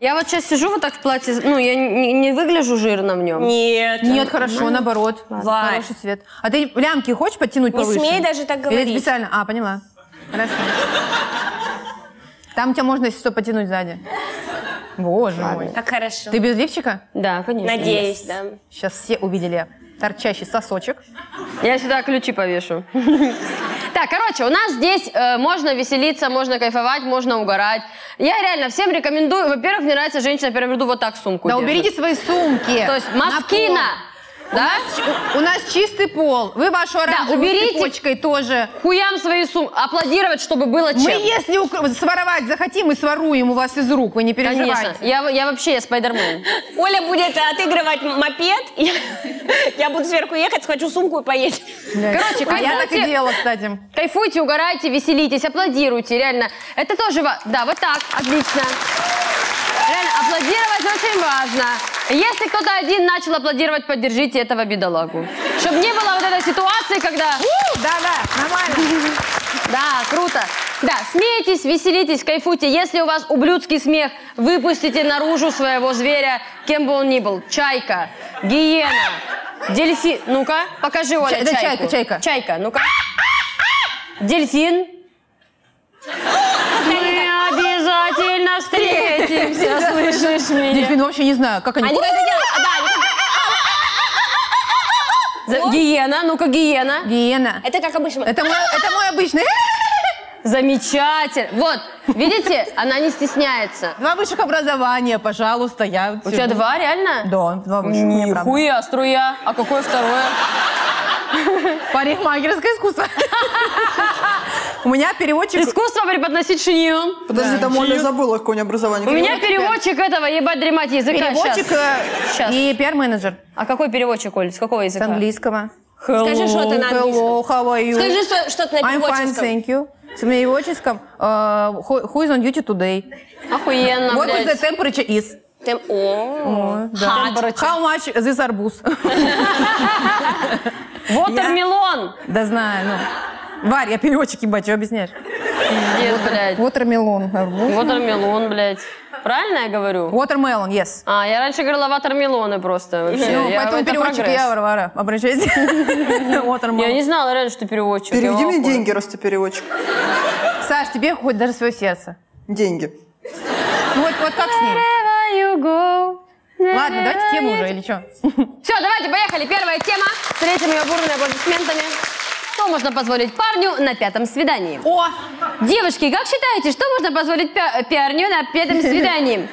Я вот сейчас сижу вот так в платье, ну, я не, не выгляжу жирно в нем. Нет. Нет, хорошо, наоборот. Вань. Хороший цвет. А ты лямки хочешь подтянуть Не повыше? смей даже так Или это говорить. специально? А, поняла. Хорошо. Там тебя можно, если что, потянуть сзади. Боже мой. Как хорошо. Ты без лифчика? Да, конечно. Надеюсь, да. Сейчас все увидели торчащий сосочек. Я сюда ключи повешу. Так, короче, у нас здесь э, можно веселиться, можно кайфовать, можно угорать. Я реально всем рекомендую. Во-первых, мне нравится женщина, первым виду вот так сумку. Да держит. уберите свои сумки. То есть На пол. маскина. Да? У нас чистый пол. Вы вашу оранжевую уберите. с цепочкой тоже. Хуям свои сумки. Аплодировать, чтобы было чем. Мы, если ук- своровать захотим, мы своруем у вас из рук. Вы не переживайте. Конечно. Я, я вообще, я спайдермен. Оля будет э, отыгрывать м- мопед, я, я буду сверху ехать, схвачу сумку и поедем. Короче, А я так и кайфуйте. делала, кстати. Кайфуйте, угорайте, веселитесь, аплодируйте, реально. Это тоже ва- Да, вот так, отлично. Реально, аплодировать очень важно. Если кто-то один начал аплодировать, поддержите этого бедолагу. Чтобы не было вот этой ситуации, когда... Да-да, нормально. Да, круто. Да, смейтесь, веселитесь, кайфуйте. Если у вас ублюдский смех, выпустите наружу своего зверя, кем бы он ни был. Чайка, гиена, дельфин. Ну-ка, покажи, Оля, Чай- да, чайку. чайка, чайка. Чайка, ну-ка. Дельфин. Мы обязательно встретимся, слышишь меня? А, Дельфин вообще не знаю, как они... Они как это делают? Да, они как- За- Гиена, ну-ка, гиена. Гена. Это как обычно. Это мой, это мой обычный. Замечательно. Вот, видите, она не стесняется. Два высших образования, пожалуйста, я... У тебя два, реально? Да, два высших, мне правда. Нихуя, струя. А какое второе? Парикмахерское искусство. У меня переводчик... Искусство преподносить шиньон. Подожди, там Оля забыла какое-нибудь образование. У меня переводчик этого ебать дремать языка. Переводчик щас. э, Щас. и пиар-менеджер А какой переводчик, Оль? С какого с языка? английского. Скажи что-то на Hello, английском. how are you? Скажи что- что-то на I'm fine, переводческом. thank you. С переводческом э, who who is on duty today? Охуенно, What is the блядь. temperature is? Тем- О, О, да. How much this арбуз? Watermelon. Да знаю, ну. Варь, я переводчик, ебать, что объясняешь? Пиздец, блядь. Watermelon, арбуз. Watermelon, блядь. Правильно я говорю? Watermelon, yes. А, я раньше говорила watermelon просто вообще. Ну, я, поэтому это переводчик прогресс. я, Варвара, обращайся. Я Watermelon. не знала раньше, что ты переводчик. Я Переведи мне охуела. деньги, раз ты переводчик. Саш, тебе хоть даже свое сердце. Деньги. Ну вот, вот как с ней? Wherever you go, Ладно, давайте тему wherever уже you или что? Все, давайте, поехали. Первая тема. Встретим ее бурными аплодисментами. Что можно позволить парню на пятом свидании? О! Девушки, как считаете, что можно позволить пя- парню на пятом свидании?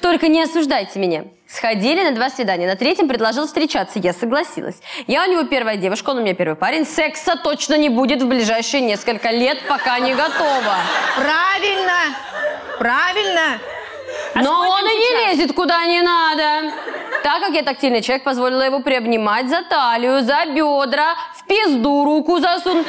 Только не осуждайте меня. Сходили на два свидания. На третьем предложил встречаться. Я согласилась. Я у него первая девушка, он у меня первый парень. Секса точно не будет в ближайшие несколько лет, пока не готова. Правильно! Правильно! А Но смотрим он и не сейчас. лезет куда не надо. Так как я тактильный человек, позволила его приобнимать за талию, за бедра, в пизду руку засунуть.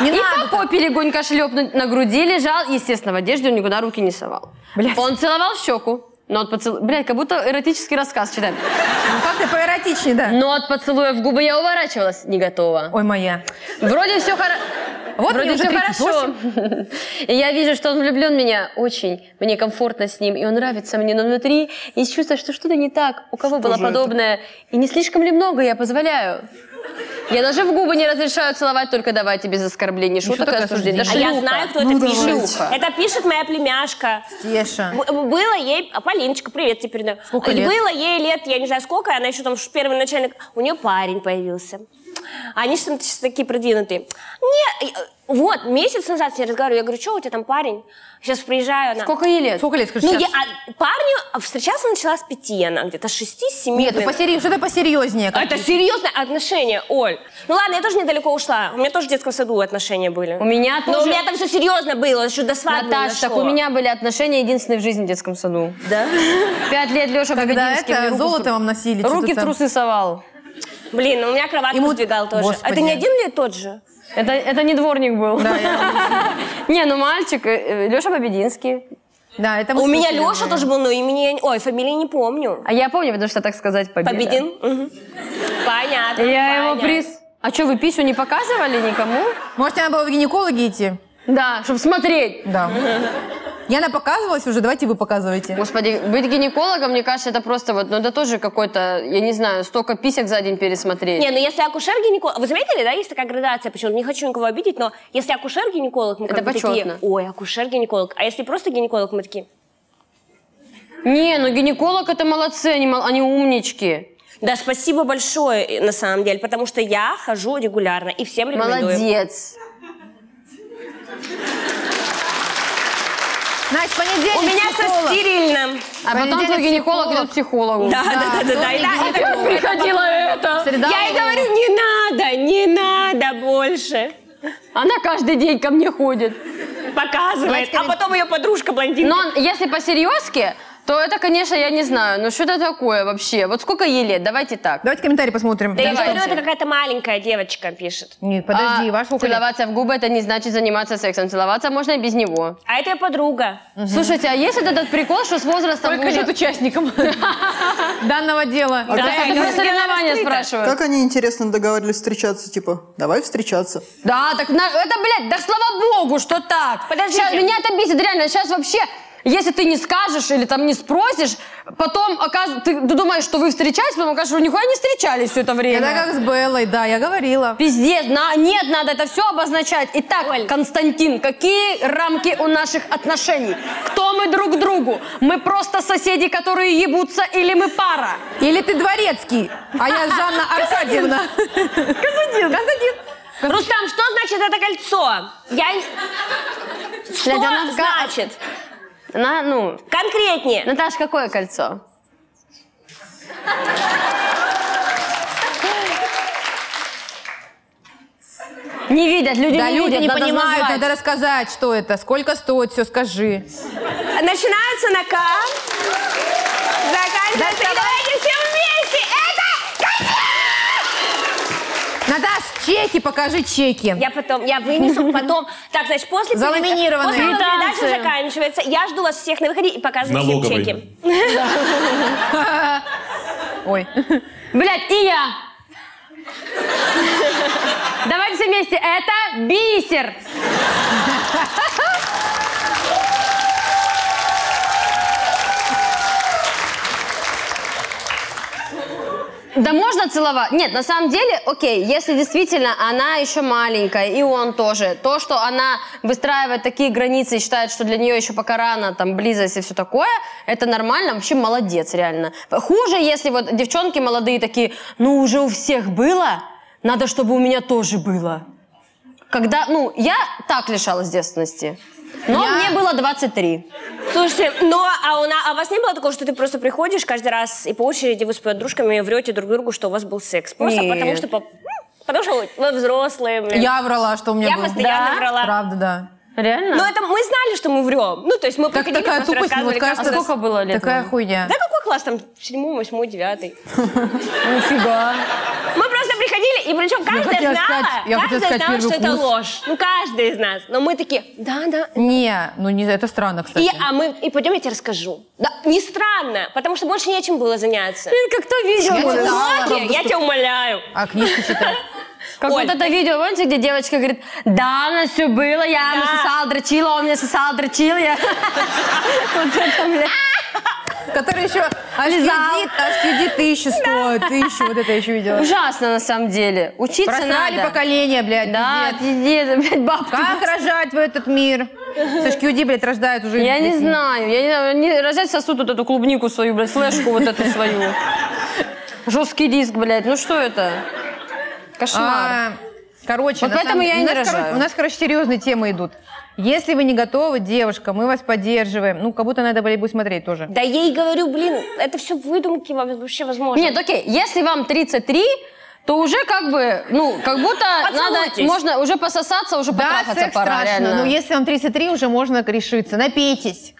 Не и надо! по попе легонько шлепнуть на груди лежал. Естественно, в одежде он никуда руки не совал. Блядь. Он целовал в щеку. Но от поцелуя... Блядь, как будто эротический рассказ читаем. Ну как ты поэротичнее, да? Но от поцелуя в губы я уворачивалась. Не готова. Ой, моя. Вроде все хорошо. Вот Вроде мне уже все хорошо. И я вижу, что он влюблен в меня очень. Мне комфортно с ним, и он нравится мне, но внутри есть чувство, что что-то не так. У кого было же это? подобное? И не слишком ли много я позволяю? Я даже в губы не разрешаю целовать, только давайте без оскорблений, шуток шуток и и осуждений. Да А я шлюха. знаю, кто Ну, это пишет. давайте. Это пишет моя племяшка. Теша. Б- Было ей, а Полиночка, привет тебе передаю. Сколько лет? Было ей лет, я не знаю сколько, она еще там ш- первый начальник, у нее парень появился. Они же там сейчас такие продвинутые. Не, э, вот, месяц назад я разговариваю, я говорю, что у тебя там парень? Сейчас приезжаю, она... Сколько ей лет? Сколько лет, скажи Ну, я, сейчас? а парню встречаться начала с пяти, она где-то с шести, с семи. Нет, ну блин. посери- что-то посерьезнее. как-то. Это серьезное отношение, Оль. Ну ладно, я тоже недалеко ушла. У меня тоже в детском саду отношения были. У меня Но Ну, у тоже- меня там все серьезно было, еще до свадьбы Наташ, так дошло. у меня были отношения единственные в жизни в детском саду. Да? Пять лет Леша Когда Побединский мне это руку в золото тру- вам носили. Руки в что-то там. трусы совал. Блин, ну, у меня кроватку Ему- сдвигал тоже. Господи. Это не один ли тот же? А Это, это не дворник был. Да, я- Не, ну мальчик, Леша Побединский. да, это мы У меня слышали, Леша да. тоже был, но имени я... не- Ой, фамилии не помню. А я помню, потому что, так сказать, победа. Победин? Мгм. Понятно. Я его понятно. приз... А что, вы писю не показывали никому? Может, тебе надо было в гинекологи идти? Да, чтобы смотреть. Да. Я показывалась уже, давайте вы показывайте. Господи, быть гинекологом, мне кажется, это просто вот, ну это тоже какой-то, я не знаю, столько писек за день пересмотреть. Не, ну если акушер-гинеколог... Вы заметили, да, есть такая градация, почему не хочу никого обидеть, но если акушер-гинеколог, мы Это как бы почетно. такие, ой, акушер-гинеколог. А если просто гинеколог, мы такие, Не, ну гинеколог это молодцы, они, мол- они умнички. да, спасибо большое, э, на самом деле, потому что я хожу регулярно и всем рекомендую. Молодец. Настя, понедельник. У меня психолог. все стерильно. А потом Понедельник твой гинеколог психолог. идет к психологу. Да, да, да, да, да. и да, это- приходила это. Среда Я и ловила. говорю, не надо, не надо больше. Она каждый день ко мне ходит. Показывает. А потом ее подружка блондинка. Но если по-серьезки, то это, конечно, я не знаю. Ну что это такое вообще? Вот сколько ей лет? Давайте так. Давайте комментарий посмотрим. Да я давайте. говорю, это какая-то маленькая девочка пишет. Не, подожди, А ваш сколько лет? Целоваться в губы это не значит заниматься сексом. Целоваться можно и без него. А это ее подруга. Слушайте, а есть вот этот прикол, что с возрастом Сколько вы уже- лет участникам данного дела? Да, Да, это про я соревнования спрашивают. Как они, интересно, договаривались встречаться? Типа, давай встречаться. Да, так на- это, блядь, да слава богу, что так. Подождите. Щас меня это бесит, реально. Сейчас вообще, если ты не скажешь или там не спросишь, потом оказ... ты, ты думаешь, что вы встречались, потом окажется, что нихуя не встречались все это время. Это как с Беллой, да, я говорила. Пиздец, на, нет, надо это все обозначать. Итак, Оль. Константин, какие рамки у наших отношений? Кто мы друг другу? Мы просто соседи, которые ебутся, или мы пара? Или ты дворецкий, а я Жанна Аркадьевна. Константин. Константин. Рустам, что значит это кольцо? Я... не- Что Блядь, она в га- значит? На, ну, Конкретнее. Наташ, какое кольцо? Не видят, люди Да не люди видят, не надо понимают, назвать. надо рассказать, что это, сколько стоит, все скажи. Начинается на К. Заканчивается. И давайте все вместе. Это... Наташ, чеки, покажи чеки. Я потом, я вынесу потом. Так, значит, после... перед- Заламинированные. После передачи Квитанции. заканчивается. Я жду вас всех на выходе и показываю всем Налоговой. чеки. Ой. Блядь, и я. Давайте все вместе. Это бисер. Да можно целовать? Нет, на самом деле, окей, если действительно она еще маленькая, и он тоже, то, что она выстраивает такие границы и считает, что для нее еще пока рано, там, близость и все такое, это нормально, вообще молодец, реально. Хуже, если вот девчонки молодые такие, ну, уже у всех было, надо, чтобы у меня тоже было. Когда, ну, я так лишалась девственности. Но мне было 23. Слушайте, ну а у, на- а у вас не было такого, что ты просто приходишь каждый раз и по очереди вы с подружками врете друг другу, что у вас был секс? Просто Нет. потому что... по- Потому что вы взрослые. блин. Я врала, что у меня Я было. постоянно Да? врала. Правда, да. Реально? Но Ну, это мы знали, что мы врем. Ну, то есть мы Так, приходили, такая просто тупость, ну, вот рассказывали, кажется, как у нас- сколько было лет Такая вам? хуйня. Да какой класс там? Седьмой, восьмой, девятый. Нифига. Мы просто приходили, и причем каждая хотела знала, сказать- я хотела каждая сказать знала, первый что это курс. ложь. Ну, каждая из нас. Но мы такие, да-да. Не, ну не, это странно, кстати. И, а мы, и пойдем, я тебе расскажу. Да, не странно, потому что больше нечем было заняться. Блин, как кто видел? Я вот не это? знала. Уроки, правда, я что- тебя умоляю. А книжки читать. Как Оль. вот это видео, помните, где девочка говорит, да, у нас все было, я ему Да. сосала, дрочила, он меня сосал, дрочил, я... Вот это, бля. Который еще аж Лизал. кредит, аж кредит тысячу стоит, тысячу, вот это еще видела. Ужасно, на самом деле. Учиться Просрали надо. поколение, блядь, Да, пиздец. пиздец, блядь, бабки. Как рожать в этот мир? Слышь, QD, блядь, рождают уже. Я не блядь, знаю, я не знаю, они рожать сосут вот эту клубнику свою, блядь, флешку вот эту свою. Жесткий диск, блядь, ну что это? Кошмар. А, короче, Вот на поэтому я и у не нас, рожаю. короче, у нас, короче, серьезные темы идут. Если вы не готовы, девушка, мы вас поддерживаем. Ну, как будто надо будет смотреть тоже. Да я и говорю, блин, это все выдумки во- вообще возможно. Нет, окей, если вам 33, то уже как бы, ну, как будто надо, Поцелуйтесь. можно уже пососаться, уже потрахаться секс пора, страшно, ну, реально. но если вам 33, уже можно решиться. Напейтесь.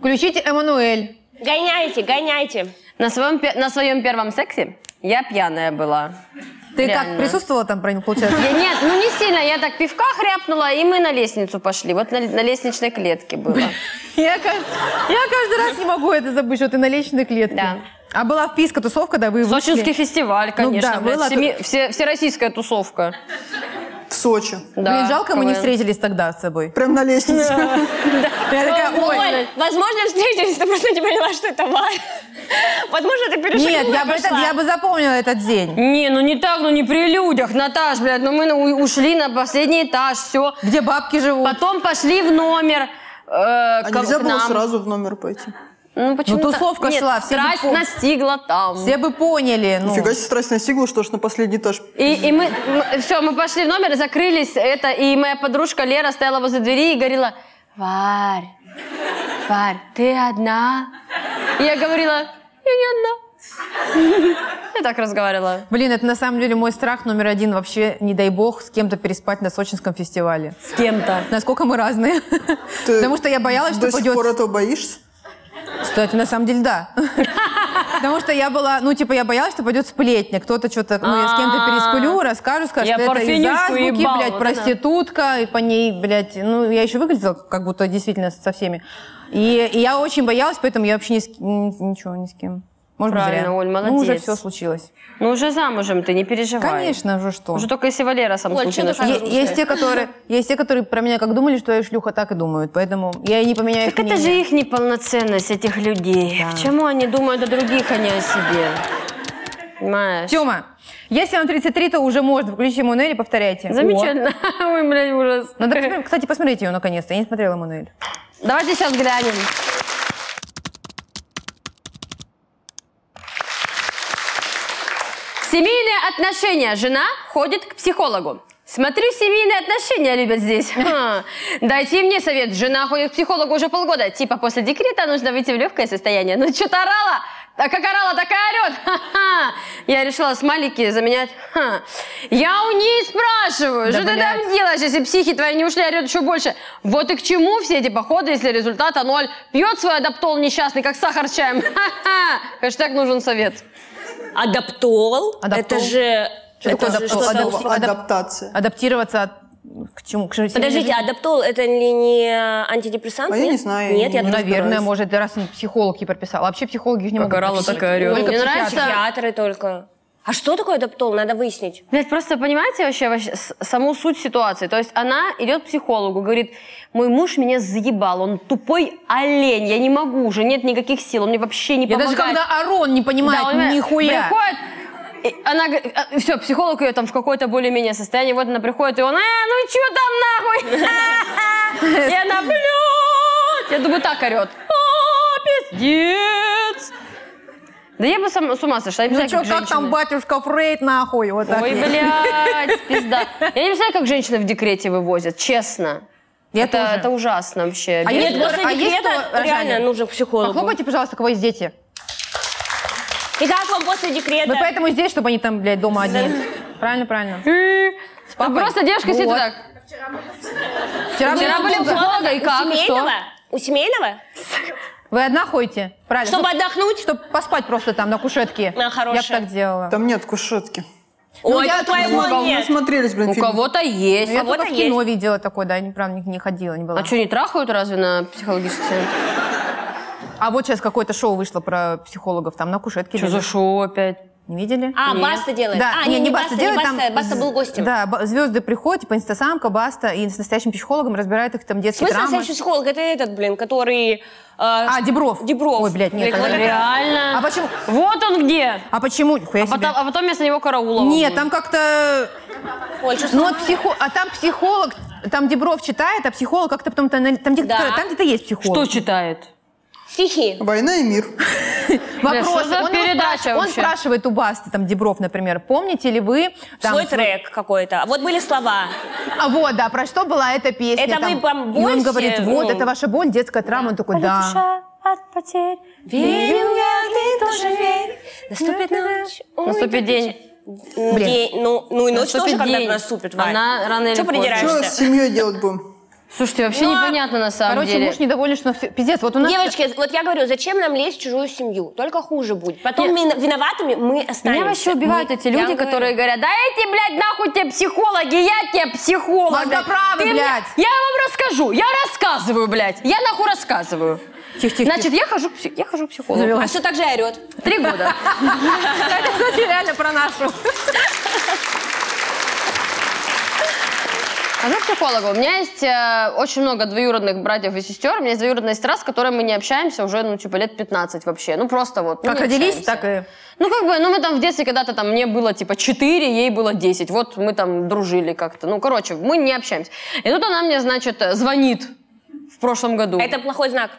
Включите Эммануэль. Гоняйте, гоняйте. На своем, пе- на своем первом сексе я пьяная была. Ты Реально. как, присутствовала там, Брань, получается? Я- нет, ну не сильно, я так пивка хряпнула, и мы на лестницу пошли. Вот на, на лестничной клетке было. Я, кажд- я каждый раз не могу это забыть, что ты на личной клетке. Да. А была вписка, тусовка, ну да, вы вышли. Сочинский фестиваль, конечно, да, блядь, была всеми- все, всероссийская тусовка. В Сочи. Да, Блин, жалко, мы не КВН. встретились тогда с собой. Прям на лестнице. Я такая, ну, ой, Ой, возможно, встретились, ты просто не поняла, что это Варя. Возможно, ты перешагнула нет, я и бы, это- пошла. я бы запомнила этот день, Не, ну не так, ну не при людях, Наташ, блядь, ну мы ну, у- ушли на последний этаж, все. где бабки живут. Потом пошли в номер. э, А к- нельзя к было нам. сразу в номер пойти? Ну, почему-то- тусовка Нет, шла, все страсть легко. настигла там. Все бы поняли, ну. Нифига себе страсть настигла, что ж на последний этаж. И, и мы, все, мы пошли в номер, закрылись, это, и моя подружка Лера стояла возле двери и говорила, Варь, Варь, ты одна? И я говорила, я не одна. Я так разговаривала. Блин, это на самом деле мой страх номер один. Вообще, не дай бог, с кем-то переспать на сочинском фестивале. С кем-то. Насколько мы разные. Ты Потому что я боялась, что До сих пойдет... пор этого боишься? Кстати, на самом деле, да. Потому что я была, ну, типа, я боялась, что пойдет сплетня. Кто-то что-то, ну, я с кем-то пересплю, расскажу, скажу, Я что это из парфенюшку азбуки, ебала, блядь, вот проститутка, и по ней, блядь, ну, я еще выглядела как будто действительно со всеми. И, и я очень боялась, поэтому я вообще ни с- ни- ничего ни с кем. Может быть, Правильно, зря. Оль, Ну, уже молодец. все случилось. Ну уже замужем ты, не переживай. Конечно же, что. Уже только если Валера сам Оль, случай чё ты нашел. так Е- Есть те, которые, есть те, которые про меня как думали, что я шлюха, так и думают. Поэтому я и не поменяю Так это же их неполноценность, этих людей. Почему они думают о других, а не о себе? Понимаешь? Тема, если вам 33, то уже можно. Включите Мануэль и повторяйте. Замечательно. Ой, блядь, ужас. О. Надо, посмотреть- кстати, посмотреть ее наконец-то. Я не смотрела Мануэль. Давайте сейчас глянем. Семейные отношения. Жена ходит к психологу. Смотрю, семейные отношения любят здесь. Ха. Дайте и мне совет. Жена ходит к психологу уже полгода. Типа после декрета нужно выйти в легкое состояние. Ну что-то орала. А как орала, так и орет. Ха-ха. Я решила смайлики заменять. Ха. Я у ней спрашиваю, Да что ты там блядь. делаешь, если психи твои не ушли, орет еще больше? Вот и к чему все эти походы, если результата ноль? Пьет свой адаптол несчастный, как сахар с чаем. Ха-ха. Хэштег нужен совет. Адаптол? Это Адаптол? же... Что это такое же адаптол? что-то- Адап- адап- Слово адаптация. Адаптироваться от... к чему? К же- Подождите, адаптол это ли не антидепрессант? А я Нет? не знаю, Нет, я я Ну, тоже наверное, разбираюсь. может, раз он психолог ей прописал. Вообще психологи их не могут орала, прописать. так и орёт. Только Мне психиатр. нравится, Психиатры только. А что такое адаптол? Надо выяснить. Блять, просто понимаете вообще, вообще с- саму суть ситуации? То есть она идет к психологу, говорит, мой муж меня заебал, он тупой олень, я не могу уже, нет никаких сил, он мне вообще не Я даже помогает. когда Арон не понимает, ну, Да, он меня- нихуя. Приходит, и она все, психолог ее там в какое-то более-менее состояние, вот она приходит, и он, «А, ну чё там нахуй? И она, блядь, я думаю, так орет. А, пиздец. Да я бы сам- с ума сошла. я не Ну знаю, что, как как там женщины. батюшка Фрейд нахуй? Вот так. Ой, вот. блядь, пизда. Я не представляю, как женщины в декрете вывозят, честно. Я это, тоже. это ужасно вообще. А Нет, есть после кто- а есть декрета кто рожание? реально нужен психолог. Похлопайте, пожалуйста, кого есть дети. И как вам после декрета? Мы поэтому здесь, чтобы они там, блядь, дома одни. Правильно, правильно. Ты папой. Просто девушка сидит Вот. так. Вчера, Вчера были у психолога, и У как? и семейного? Что? У семейного? Вы одна ходите? Правильно. Чтобы отдохнуть? Чтобы поспать просто там на кушетке. На хорошее. Я бы так делала. Там нет кушетки. Ну, Ой, я это твоего думала, Ну, Мы нет. смотрелись, блин, У фильм. кого-то есть. я А вот только в есть. кино видела такое, да, я не, правда, не, не ходила, не была. А что, не трахают разве на психологический центр? А вот сейчас какое-то шоу вышло про психологов, там на кушетке. Что за лежат. шоу опять? Не видели? А, Баста делает? Да, а, не, не, не Баста, Баста, не делает Баста, там... Баста был гостем. Да, ба- звезды приходят, типа инстасамка, Баста, и с настоящим психологом разбирают их там В детские смысле, драмы. настоящий психолог? Это этот, блин, который... э, А, Дебров. Дебров. Ой, блядь, нет. Блядь, это- вот это- Реально. А почему? Вот он где. А почему? Нихуя А себе. потом, а потом вместо него Караулова. Нет, будет. там как-то... Оль, что с Ну, тобой? вот психо... а там психолог, там Дебров читает, а психолог как-то потом... Там где-то Да. там где-то есть Что психолог. читает? Стихи. Война и мир. Бля, Вопрос. что за он, его передача спрашивает- он вообще? спрашивает у Басты, там Дебров, например, помните ли вы... Там, Свой трек какой-то. Вот были слова. А вот, да, про что была эта песня. Это там. вы там И он бойся, говорит, вот, ну. это ваша боль, детская травма. Он такой, да. Верю я, ты тоже верь. Наступит ночь. ой, Наступит да, день. печаль. День. Ну, ну и ночь Наступит тоже когда-то день. наступит, Варь. Она рано или Чё поздно. Что придираешься? с семьей делать будем? Слушайте, вообще Ну, а- непонятно на самом Короче, деле. муж недоволен, что все. Пиздец, вот у нас... Девочки, вот я говорю, зачем нам лезть в чужую семью? Только хуже будет. Потом ми- виноватыми мы останемся. Меня вообще убивают Мы- эти люди, Я вам которые говорят, да эти, блядь, нахуй тебе психологи, я тебе психолог. Мозгоправы, Ты мне- блядь. Я вам расскажу, я рассказываю, блядь, я нахуй рассказываю. Тихо, тихо, Значит, я хожу, к пси- я хожу к психологу. Завела. говорю. А что так же орет? Три года. Это, кстати, реально про нашу. Она психолога. У меня есть э, очень много двоюродных братьев и сестер. У меня есть двоюродная сестра, с которой мы не общаемся уже, ну, типа, лет 15 вообще. Ну, просто вот. ну, Как не родились, общаемся. так и... Ну, как бы, ну, мы там в детстве когда-то там, мне было, типа, 4, ей было 10. Вот мы там дружили как-то. Ну, короче, мы не общаемся. И тут она мне, значит, э, звонит в прошлом году. Это плохой знак.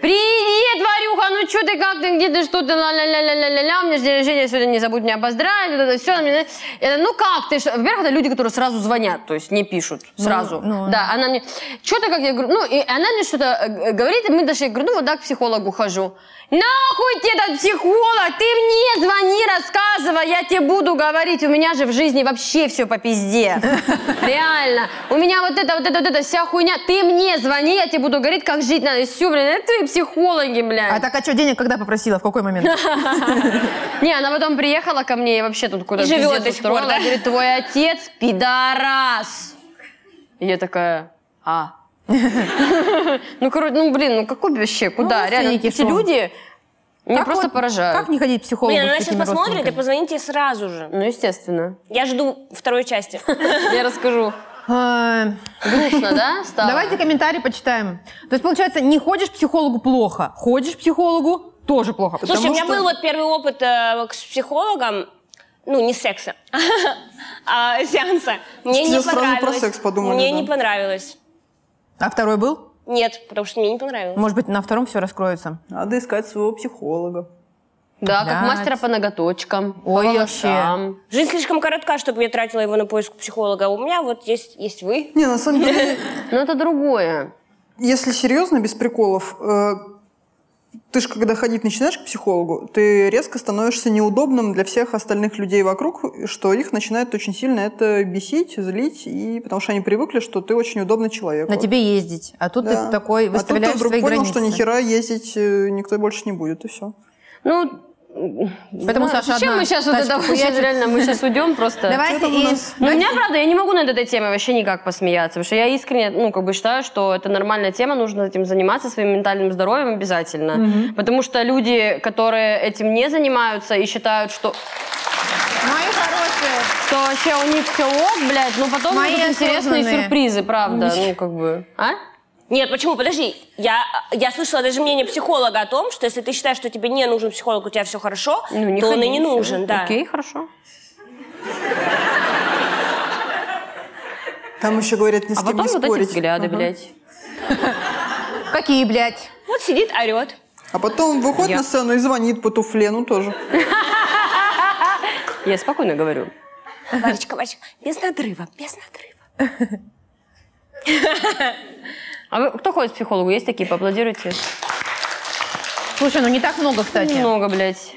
Привет, Варюха, ну что ты, как ты, где ты, что ты, ля-ля-ля-ля-ля-ля, у меня же день рождения, сегодня не забудь меня поздравить, вот это все. ну как ты, что- во-первых, это люди, которые сразу звонят, то есть не пишут сразу. ну. да, она мне, что ты, как я говорю, ну, и она мне что-то э, говорит, и мы дошли, я говорю, ну вот так к психологу хожу. Нахуй тебе этот психолог, ты мне звони, рассказывай, я тебе буду говорить, у меня же в жизни вообще все по пизде. Реально. У меня вот это, вот это, вот это, вся хуйня. Ты мне звони, я тебе буду говорить, как жить надо. Все, блин, это твои психологи, блядь. А так, а что, денег когда попросила, в какой момент? Не, она потом приехала ко мне и вообще тут куда-то И живет пиздец до сих пор, устроила. да? Говорит, твой отец пидорас. И я такая, а. Ну, короче, ну, блин, ну какой вообще, куда? Реально, родственники, эти что? люди меня Как просто ну вот- поражают. Как не ходить к психологу? Блин, с она сейчас такими посмотрит и родственниками? позвонит тебе сразу же. Ну, естественно. Я жду второй части. Я расскажу. Э, Грустно, да, стало? Давайте комментарии почитаем. То есть, получается, не ходишь к психологу – плохо, ходишь к психологу – тоже плохо. Слушай, у меня что- был вот первый опыт э, к- с психологом, ну, не секса, а сеанса. Мне Я не сразу про понравилось. секс подумала, Мне да. не понравилось. А второй был? Нет, потому что мне не понравилось. Может быть, на втором все раскроется. Надо искать своего психолога. Да, как Блядь. мастера по ноготочкам. Ой, по вообще. волосам. Жизнь слишком коротка, чтобы я тратила его на поиск психолога. А У меня вот есть, есть вы. Не, на самом деле, Но Ну, это другое. Если серьезно, без приколов, э, ты же когда ходить начинаешь к психологу, ты резко становишься неудобным для всех остальных людей вокруг, что их начинает очень сильно это бесить, злить, и потому что они привыкли, что ты очень удобный человек. На Вот. тебе ездить. А тут Да. ты такой А тут выставляешь ты вдруг свои понял, границы. что нихера ездить э, никто больше не будет, и все. Ну, Поэтому, ну, Саша, зачем одна мы сейчас вот тачка это вообще, хуячит. реально, мы сейчас уйдем просто. Давайте Что там у и- нас? Ну, у меня, правда, я не могу над этой темой вообще никак посмеяться, потому что я искренне, ну, как бы считаю, что это нормальная тема, нужно этим заниматься, своим ментальным здоровьем обязательно. Потому что люди, которые этим не занимаются и считают, что, Мои хорошие. что вообще у них все ок, блядь, ну, потом Мои будут интересные осознанные. сюрпризы, правда, ну, как бы, а? Нет, почему? Подожди. Я, я слышала даже мнение психолога о том, что если ты считаешь, что тебе не нужен психолог, у тебя все хорошо, Ну, не то он и ходи, не всё. нужен, да. Окей, хорошо. Там еще говорят, ни с А кем потом не вот эти спорить. взгляды, блядь. Какие, блядь? Вот сидит, орет. А потом выходит на сцену и звонит по туфле, ну тоже. Я спокойно говорю. Варечка, Варечка, без надрыва, без надрыва. А вы, кто ходит к психологу? Есть такие? Поаплодируйте. Слушай, ну не так много, кстати. Много, блядь.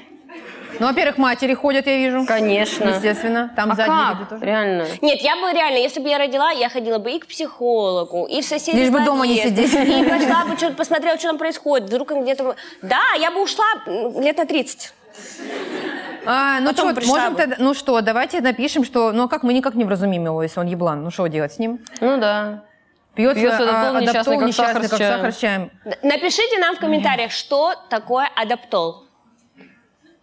Ну, во-первых, матери ходят, я вижу. Конечно. Естественно. Там А задние как? ряды тоже. Реально. Нет, я бы реально, если бы я родила, я ходила бы и к психологу, и в соседний Лишь бы подъезд, дома не сидеть. И пошла бы, что-то посмотрела, что там происходит. Вдруг он где-то... Да, я бы ушла м, лет на 30. А, ну Потом что, пришла можем бы. тогда- ну что, давайте напишем, что, ну а как мы никак не вразумим его, если он еблан, ну что делать с ним? Ну да. Пьет, Пьет этот пол несчастный, адаптол как несчастный, сахар с как чаем. сахар с чаем. Н- Напишите нам в комментариях, что такое адаптол.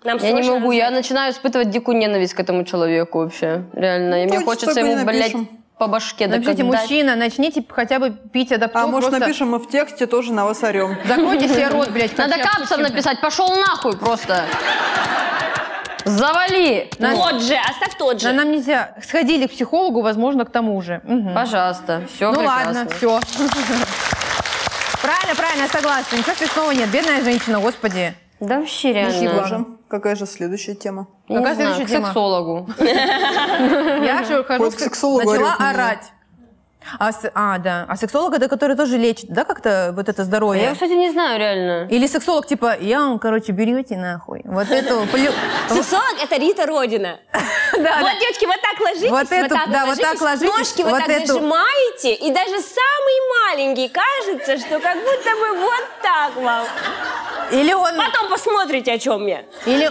Нам Я не срочно а могу, я начинаю испытывать дикую ненависть к этому человеку вообще. Реально. И мне Точно, хочется так мы ему, блядь, напишем. по башке Ну, Напишите, докогдать. мужчина, начните хотя бы пить адаптол. А может просто напишем, мы в тексте тоже на вас орем. Закройте себе рот, блядь. Надо хотя бы капсом чем-то. написать, пошел нахуй просто. Завали. Тот же, оставь тот Да же. нам нельзя. Сходили к психологу, возможно, к тому же. Мгм. Пожалуйста. Все Ну прекрасно. ладно, все. Правильно, правильно, согласна. Ничего смешного нет. Бедная женщина, господи. Да вообще Какая реально. же- Какая же следующая тема? Я не Какая знаю, следующая к тема? сексологу. Я же хожу Вот к сексологу начала орёт на меня. орать. А, с- а, да. А сексолог это который тоже лечит, да, как-то вот это здоровье? Я, кстати, не знаю реально. Или сексолог типа, я вам, короче, берете нахуй. Вот эту плю... Сексолог — это Рита Родина. Вот, девочки, вот так ложитесь, Вот эту, да, вот так ложитесь, ножки вот вот так эту. зажимаете, и даже самые маленькие кажется, что как будто бы вот так вам. Или он, Потом посмотрите, о чем я. или,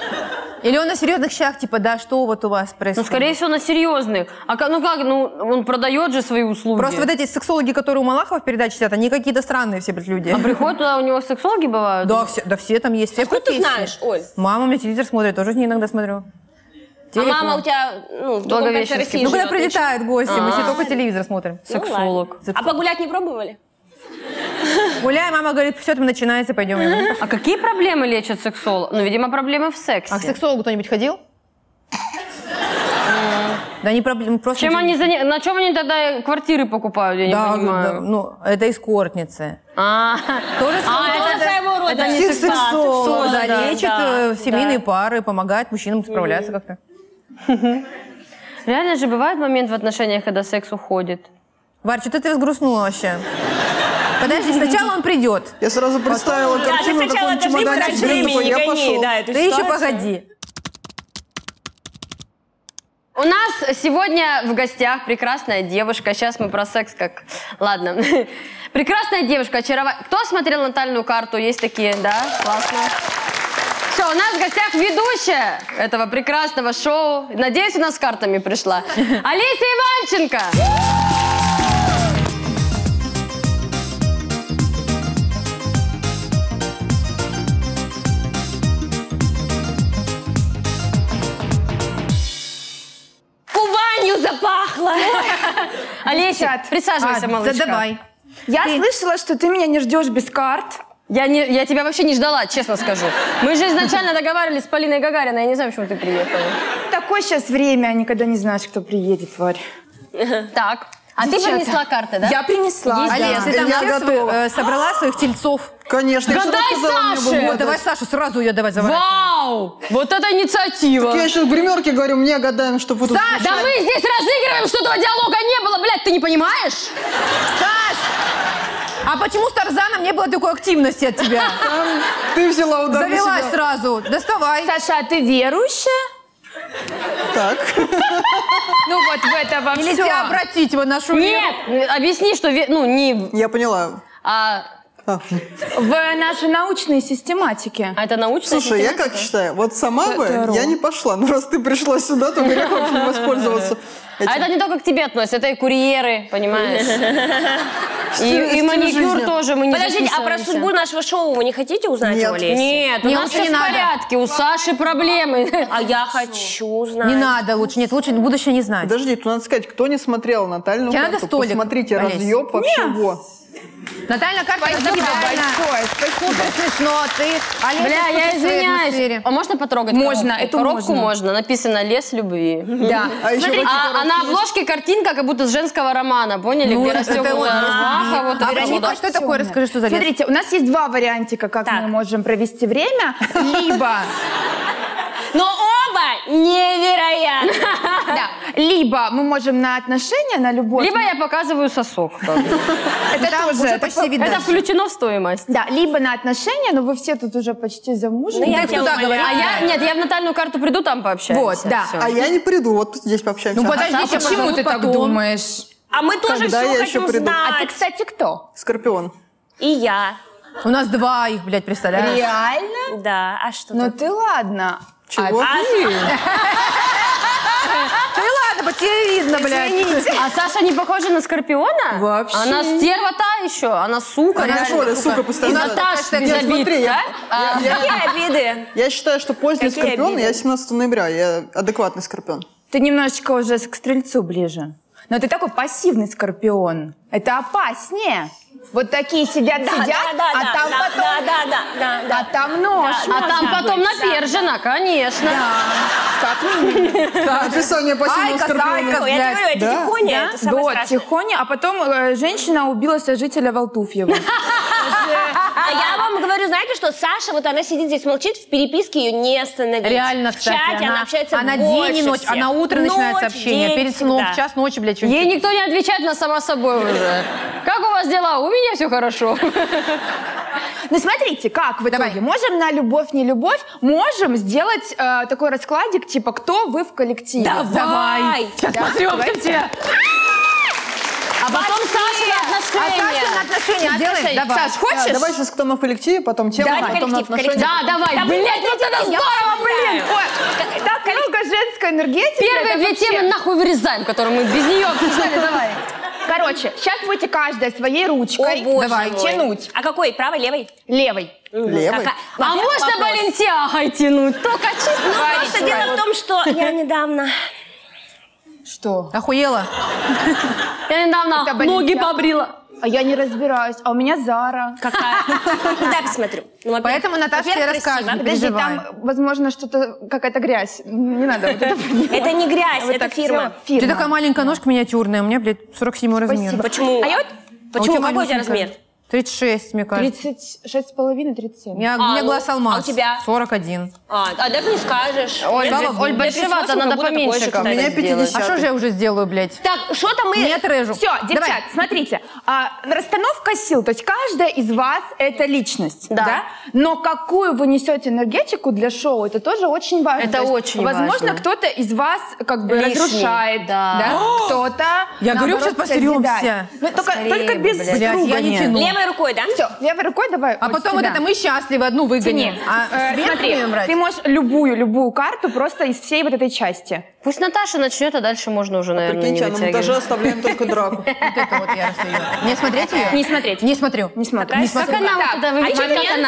или он на серьезных щах, типа, да, что вот у вас Ну, происходит? скорее всего, на серьезных. А ка- ну как, ну, он продает же свои услуги. Просто вот эти сексологи, которые у Малахова в передаче сидят, они какие-то странные все, блядь, люди. Приходят А туда, у него сексологи бывают? Да, все, да все там есть, все А Что ты профессии. знаешь, Оль? Мама у меня телевизор смотрит, тоже с ней иногда смотрю. А Телек мама мам. у тебя, ну, в другом конце Благовещенский. России Ну, Ну, когда живет, ты чё? прилетают гости, мы все А. только телевизор смотрим. Ну, ладно. Сексолог. А погулять не пробовали? Гуляй, мама говорит, все, там начинается, пойдем. А какие проблемы лечат сексолог? Ну, видимо, проблемы в сексе. А к сексологу кто-нибудь ходил? Э. Да не проблема, просто... Чем они заня- На чем они тогда квартиры покупают, я не Да, да, понимаю. ну, это эскортницы. А, Тоже А, это самое. своего рода. Это не Все сексолог, сексолог, да, да, лечит да, э, семейные да. пары, помогает мужчинам справляться как-то. Реально же бывает момент в отношениях, когда секс уходит. Варь, что ты взгрустнула вообще? Подожди, сначала он придет. Я сразу представила Да, ты картину, как сначала он дожди чемоданчик раньше с грим времени, такой, не я гони, пошел. да, эту Ты еще ситуацию. погоди. У нас сегодня в гостях прекрасная девушка. Сейчас мы про секс как... Ладно. Прекрасная девушка, очаровательная. Кто смотрел натальную карту? Есть такие, да? Классно. Все, у нас в гостях ведущая этого прекрасного шоу. Надеюсь, у нас с картами пришла. Олеся Иванченко. Кубанью запахло. Олеся, присаживайся, А, малышка. да давай. Я слышала, что ты меня не ждешь без карт. Я, не, я тебя вообще не ждала, честно скажу. Мы же изначально договаривались с Полиной Гагариной. Я не знаю, почему ты приехала. Такое сейчас время, а никогда не знаешь, кто приедет, Варь. Так. А ты Девчата. принесла карты, да? Я принесла. Есть, Олеся, да. ты там Я всех готова. Э, сво- э, собрала своих тельцов. Конечно, я Гадай, всё рассказала, мне было Саша! Вот, гадать. давай Сашу сразу ее давай заворачивай. Вау! Вот это инициатива! Я сейчас в гримерке говорю, мне гадаем, что вы тут... Да мы здесь разыгрываем, что этого диалога не было, блядь, ты не понимаешь? Саш! А почему с Тарзаном не было такой активности от тебя? Там Ты взяла удар на Завелась себя. сразу. Доставай. Саша, а ты верующая? Так. Ну вот в это во Или всё. тебя обратить в нашу веру. Нет, м, объясни, что, ве- ну, не, Я поняла. а, А, В нашей научной систематике. а это научная Слушай, я система? как считаю, вот сама бы Здорово. я не пошла, но раз ты пришла сюда, то грех вообще не воспользоваться Э, этим. А это не только к тебе относится, это и курьеры, понимаешь? Стиль- И, и стиль маникюр жизни. тоже мы не Подождите, а про записываемся. судьбу нашего шоу вы не хотите узнать Нет. у Олеси? Нет, у Не, нас лучше все не в надо. порядке, у Саши проблемы. А я хочу знать. Не надо лучше. Нет, лучше будущее не знать. Подожди, тут надо сказать, кто не смотрел Натальную Тебе карту, надо столик, посмотрите, Олесь. разъеб вообще во. Наталья карта Спасибо большое, спасибо. Супер смешно. Ты, Олеся, Бля, я супер в своей атмосфере. извиняюсь. А можно потрогать Можно, коробку? эту коробку можно. можно. Написано «Лес любви». Да. А еще в А, эти а коробки на есть. обложке картинка как будто с женского романа, поняли? Ну, Где это расстегнута вот, рубаха, Вероника. вот А это Вероника, вот. что такое? Расскажи, что за лес. Смотрите, у нас есть два вариантика, как Так. мы можем провести время. Либо, Но оба невероятно. да, либо мы можем на отношения, на любовь. Либо я показываю сосок. это Там тоже уже это почти по- видно. Это включено в стоимость. Да, либо на отношения, но вы все тут уже почти замужем. Ну, я Ты тебя туда говори. умоляю. А я, нет, я в натальную карту приду, там пообщаемся. Вот, да. Всё. А я не приду, вот здесь пообщаемся. Ну подожди, Саша почему позовут ты так потом. думаешь? А мы тоже Когда все я еще хотим приду? знать. А ты, кстати, кто? Скорпион. И я. У нас два их, блядь, представляешь? Реально? Да, а что Ну ты? ты ладно. Чего? А, Ты Ну ладно, по тебе видно, блядь. А Саша не похожа на скорпиона? Вообще. Она стерва та еще, она сука. Она реально. Оля, сука, И постоянно. Наташа без Нет, обид, смотри, я- да? А, Какие обиды? Я считаю, что поздний Какие скорпион, обиды? я 17 ноября, я адекватный скорпион. Ты немножечко уже к стрельцу ближе. Но ты такой пассивный скорпион. Это опаснее. Вот такие сидят, Да, сидят, да, да, а да, там да, потом, да, да, да, да, а там нож. А там может потом быть. напержена, конечно. Как минимум. Описание пассивного Айка, скорпиона. Зайка. Ну, Я тебе Блядь, говорю, это да. тихоня, это самое Да, страшное. тихоня. А потом э, женщина убила сожителя Волтуфьева. А я вам говорю, знаете что, Саша, вот она сидит здесь, молчит, в переписке ее не остановить. Реально, В кстати, чате она, общается она больше день и ночь, всех. она утро начинает Ночь, сообщение, день, перед сном, всегда. в час ночи, блядь, что-нибудь. Ей никто не отвечает, она сама собой уже. Как у вас дела? У меня все хорошо. Ну смотрите, как в итоге? Можем на любовь, не любовь, можем сделать э, такой раскладик, типа, кто вы в коллективе. Давай. Сейчас посрёмся в тебя. А потом Саша на А отношения. Саша на отношения сделаем? Саш, Давай. хочешь? Да, Давай сейчас кто мы в коллективе, потом тема, Давай, потом на коллектив, отношения. коллектив. Да, давай. Блять, вот это здорово, блин. Ой, так много женской энергетики. Первые это две вообще- темы нахуй вырезаем, которые мы без нее обсуждали. Давай. Короче, сейчас будете каждая своей ручкой. О, боже Давай, мой. тянуть. А какой, правой, левой? Левой. Левый? Какая- А можно Балентиахой тянуть? Только чисто. Просто дело в том, что я недавно... Что? Охуела? Я недавно Это ноги Баленсиаго. побрила. А я не разбираюсь. А у меня Зара. Какая? Куда посмотрю? Ну, во-первых, Поэтому Наташа тебе во-первых, расскажет, не Подожди, переживай. там, возможно, что-то, какая-то грязь. Не надо вот это поднимать. Это не грязь, Вот это так фирма. всё, фирма. Ты такая маленькая ножка миниатюрная, у меня, блядь, 47 размер. Почему? А я вот... А у Почему? тебя Какой у тебя малюсенькая. размер? 36, мне кажется. 36 с половиной, 37. Я, у меня ну, глаз алмаз. а у тебя? 41. А, а так не скажешь. Оль, Оль, Я прислушиваю, большевато, как надо будто поменьше больше, как-то. кстати. Меня это сделаю. 50 А что же я уже сделаю, блядь? Так, что там мы... Не отрежу. Все, девчат, Давай. смотрите, а, расстановка сил, то есть каждая из вас это личность, да. Но какую вы несете энергетику для шоу, это тоже очень важно. Это То есть, очень Возможно, важно. кто-то из вас как бы Лишний, разрушает, да. А, кто-то. Я говорю, наоборот, сейчас посеремся. созидает. Ну, только, Скорее только бы, без блядь. Блядь, я не стругания. тяну. Левой рукой, да? Все, левой рукой давай. А потом вот это мы счастливы, одну выгоним. А Э, А, сверху смотри, её брать? ты можешь любую, любую карту просто из всей вот этой части. Пусть Наташа начнет, а дальше можно уже, наверное, не Прикиньте, а на монтаже вытягивать. оставляем только драку. Вот это вот я рассею. Не смотреть ее? Не смотреть. Не смотрю. Не смотри. Такая Не Как смотри. она вот Так, туда а чё выбивает? ты Как нет?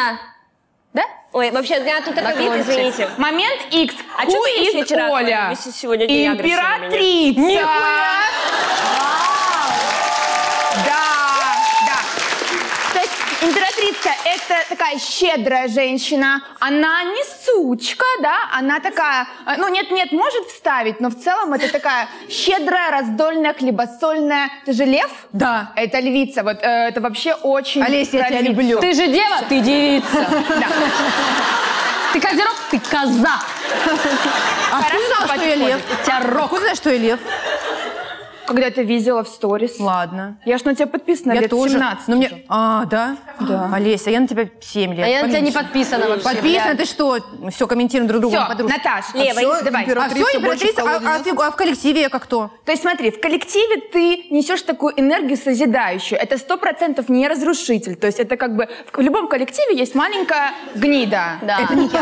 она? Ой, вообще, у меня тут такой вид, Наклончик. извините. Момент X. А Who чё ты is если вчера Оля? отправилась, если сегодня не агрессия на меня? Императрица. Нихуя! Да, да. То есть императрица это такая щедрая женщина. Она не сучка, да? Она такая, э, ну нет, нет, может вставить, но в целом это такая щедрая, раздольная, хлебосольная. Ты же лев? Да. Это львица. Вот э, это вообще очень. Олеся, я тебя про львицу. люблю. Ты же дева, ты девица. Ты козерог, ты коза. А ты знаешь, что я лев? Ты знаешь, что я лев? Когда ты видела в сторис. Ладно. Я ж на тебя подписана Я лет тоже. 17. Но мне... А, да? Да. Олеся, я на тебя 7 лет. А я на тебя не поменьше. подписана вообще. Подписана, ты что? Все, комментируем друг друга. Все, подружки. Наташ, Левой. Всё, давай. А все, Императрица больше в императрица, а, колоде а нет? фигу- а в коллективе я как кто? То есть смотри, в коллективе ты несешь такую энергию созидающую. Это сто процентов не разрушитель. То есть это как бы в любом коллективе есть маленькая гнида. Да. Это не я.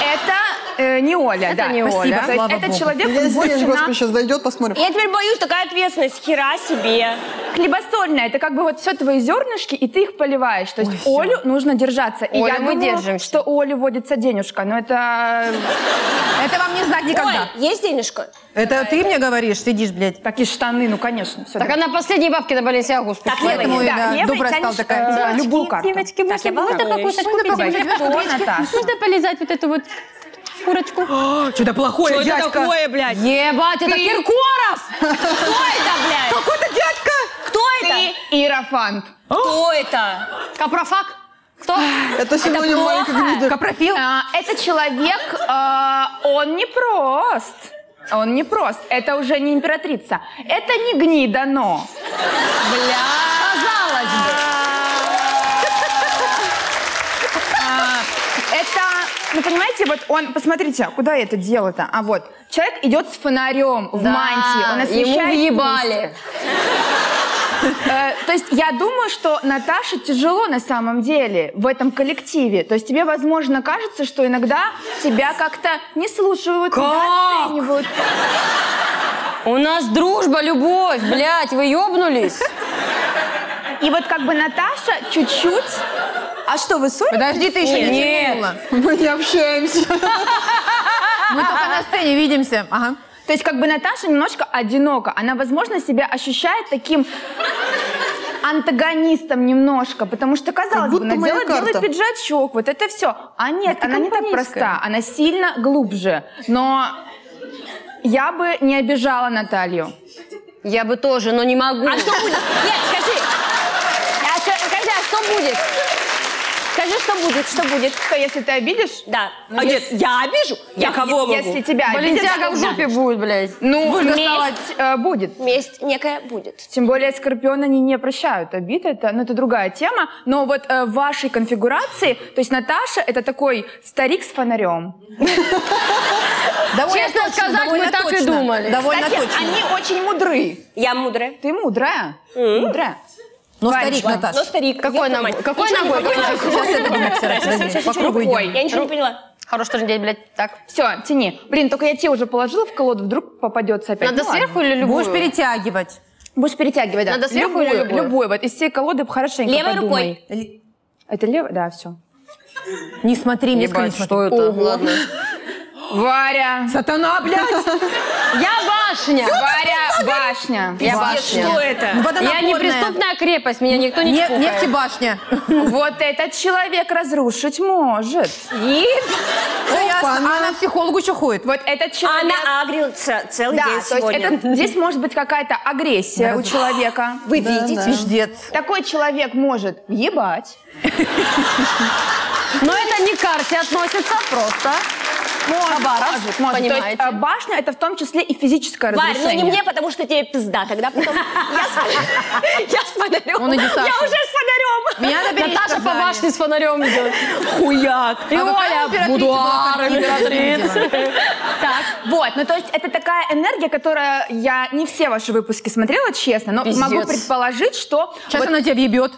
Это э, не Оля, да. не Спасибо. Оля. То есть Слава этот богу. человек он Я здесь, больше на господи, сейчас дойдет, посмотрим. Я теперь боюсь, такая ответственность, хера себе. хлебосольная. Это как бы вот все твои зернышки, и ты их поливаешь. То есть Олю нужно держаться. И Олю я мы думала, держимся. что у Оли водится денежка. Но это... Это вам не знать никогда. Ой, есть денежка? Это ты мне говоришь, сидишь, блядь. Такие штаны, ну конечно. Всё, Так она последние бабки на Баленсиагу спустила. Так, Поэтому левой. я, да, левой добрая стала тянешь, такая. э, любую карту. Девочки, Так, я можно была можно такая покушать? Можно еще. Давай, покушать? кто, Наташа? Можно полизать вот эту вот курочку? Что-то плохое, дядька. блядь? Ебать, это Киркоров! Кто это, блядь? Какой-то дядька! Кто это? Иерофант. Кто это? Капрофак? Кто? Это сегодня маленькая гнида. Капрофил? А, Это человек, а, он не прост. Он не прост. Это уже не императрица. Это не гнида, но. Казалось бы. Это, ну понимаете, вот он, посмотрите, куда я это дело-то? А вот, человек идет с фонарем в мантии. Он освещает ему путь. въебали. Э, то есть я думаю, что Наташе тяжело на самом деле в этом коллективе. То есть тебе, возможно, кажется, что иногда тебя как-то не слушают, недооценивают. У нас дружба, любовь, блядь, вы ебнулись? И вот как бы Наташа чуть-чуть... А что, вы ссоритесь? Подожди, ты еще не тянула. Мы не общаемся. Мы только на сцене видимся. Ага. То есть как бы Наташа немножко одинока. Она, возможно, себя ощущает таким антагонистом немножко, потому что, казалось бы, будто моя надела белый карта. пиджачок, вот это все. А нет, ты она не так компанейская. проста, она сильно глубже. Но я бы не обижала Наталью. Я бы тоже, но не могу. А что будет? Нет, скажи. А ска- скажи, а что будет? Скажи, что будет, что будет? Что, если ты обидишь? Да. А нет, я обижу? Я кого могу? Если тебя Баленсиага А, в обидят, жопе будет, блядь. ну, месть э, будет. Месть некая будет. Тем более скорпион они не прощают обид, это, ну, это другая тема. Но вот э, в вашей конфигурации, то есть Наташа это такой старик с фонарем. Довольно Честно точно, сказать, довольно мы так и точно. думали. Довольно Кстати, точно. они очень мудры. Я мудрая. Ты мудрая? Мудрая. Но Ну, старик, Наташа. Но старик. Какой ёпта ногой? мать. Какой Ничего не ногой? поняла. Какой Сейчас я буду написать, подожди, По кругу идем. Ой, я ничего не поняла. Хорош тоже день, блядь, так. Все, тяни. Блин, только я тебе уже положила в колоду, вдруг попадется опять. Надо Ну ладно. сверху или любую? Будешь перетягивать. Будешь перетягивать, да. Надо сверху любую, или любую? любую. Вот из всей колоды хорошенько Левой подумай. рукой. Л- Это левая? Да, все. Не смотри, мне сказали, не Ебать, смотри. что это? Ладно. Варя! Сатана, блядь! Я башня! Варя, башня! Я Башня. башня. Что это? Ну, вода Я напорная. неприступная крепость, меня никто не Не- чпокает. Нефтебашня. Вот этот человек разрушить может. И Все ясно. А она к психологу еще ходит. Вот этот человек... она агрится целый Да, день то есть сегодня. это, здесь может быть какая-то агрессия у человека. Вы видите? Пиздец. Такой человек может ебать. Но это не к карте относится, просто. Хабаровск, может. То понимаете. есть э, башня это в том числе и физическое Варь, ну не разрушение. мне, потому что тебе пизда. Когда потом... Я с- я с фонарем. Он и не Я Саша. уже с фонарем. Меня на беречь Наташа по сказали. башне с фонарем идет. Хуяк. И А какая Оля, а- императрица была будуар, картина? императрица. Так, вот, ну то есть это такая энергия, которая я не все ваши выпуски смотрела, честно, но могу предположить, что Сейчас она тебя въебет.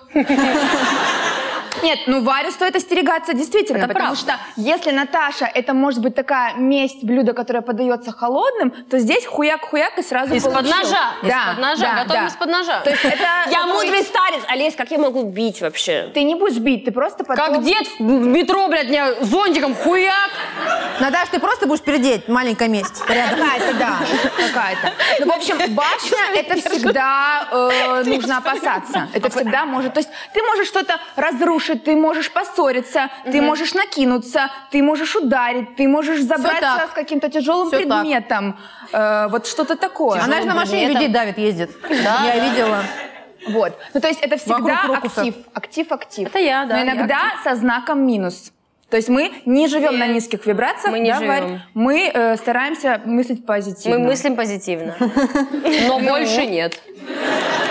Нет, ну Варю стоит остерегаться действительно, Это потому правда. что если Наташа это может быть такая месть блюдо, которое подается холодным, то здесь хуяк-хуяк и сразу Из-под получил. ножа. Да, Из-под ножа. да, Готовим да. из-под ножа. То есть это Я такой- мудрый старец. Олесь, как я могу бить вообще? Ты не будешь бить, ты просто потом... Как дед в метро, блядь, меня зонтиком хуяк. Наташ, ты просто будешь пердеть. Маленькая месть. Рядом. Какая-то, да, какая-то. Ну, в общем, башня — это всегда э, нужно опасаться. Это всегда может... То есть ты можешь что-то разрушить, ты можешь поссориться, ты можешь накинуться, ты можешь ударить, ты можешь забраться так. с каким-то тяжелым Всё так. предметом. Э, вот что-то такое. Она же на машине людей давит, ездит. Я видела. Вот. Ну, то есть это всегда Вокруг рокуса. актив. Актив, актив. Это я, да, Но я иногда со знаком минус. То есть мы не живем на низких вибрациях, Мы не да, Варь? живем. мы э, стараемся мыслить позитивно. Мы мыслим позитивно. Ну, Но больше нет.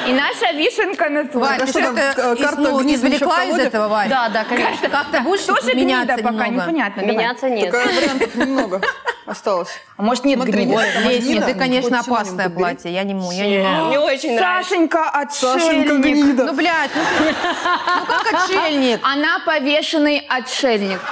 И наша вишенка на торте. Варь, Да ты что там, что-то к- из- карта ну, не Гнидовича извлекла из в колоде? этого, Варь? Да, да, конечно. Как ты будешь Тоже меняться гнида пока, немного? непонятно. давай. Меняться а нет. Такая вариантов немного осталось. А может нет Смотри, гнида? нет, там Лесь, Гнида, нет, ты, конечно, хоть синоним опасное подбери. платье. Я не му, я не могу. Мне очень нравится. Сашенька Сашенька отшельник. гнида. Ну, блядь, ну, ну как отшельник? Она повешенный отшельник.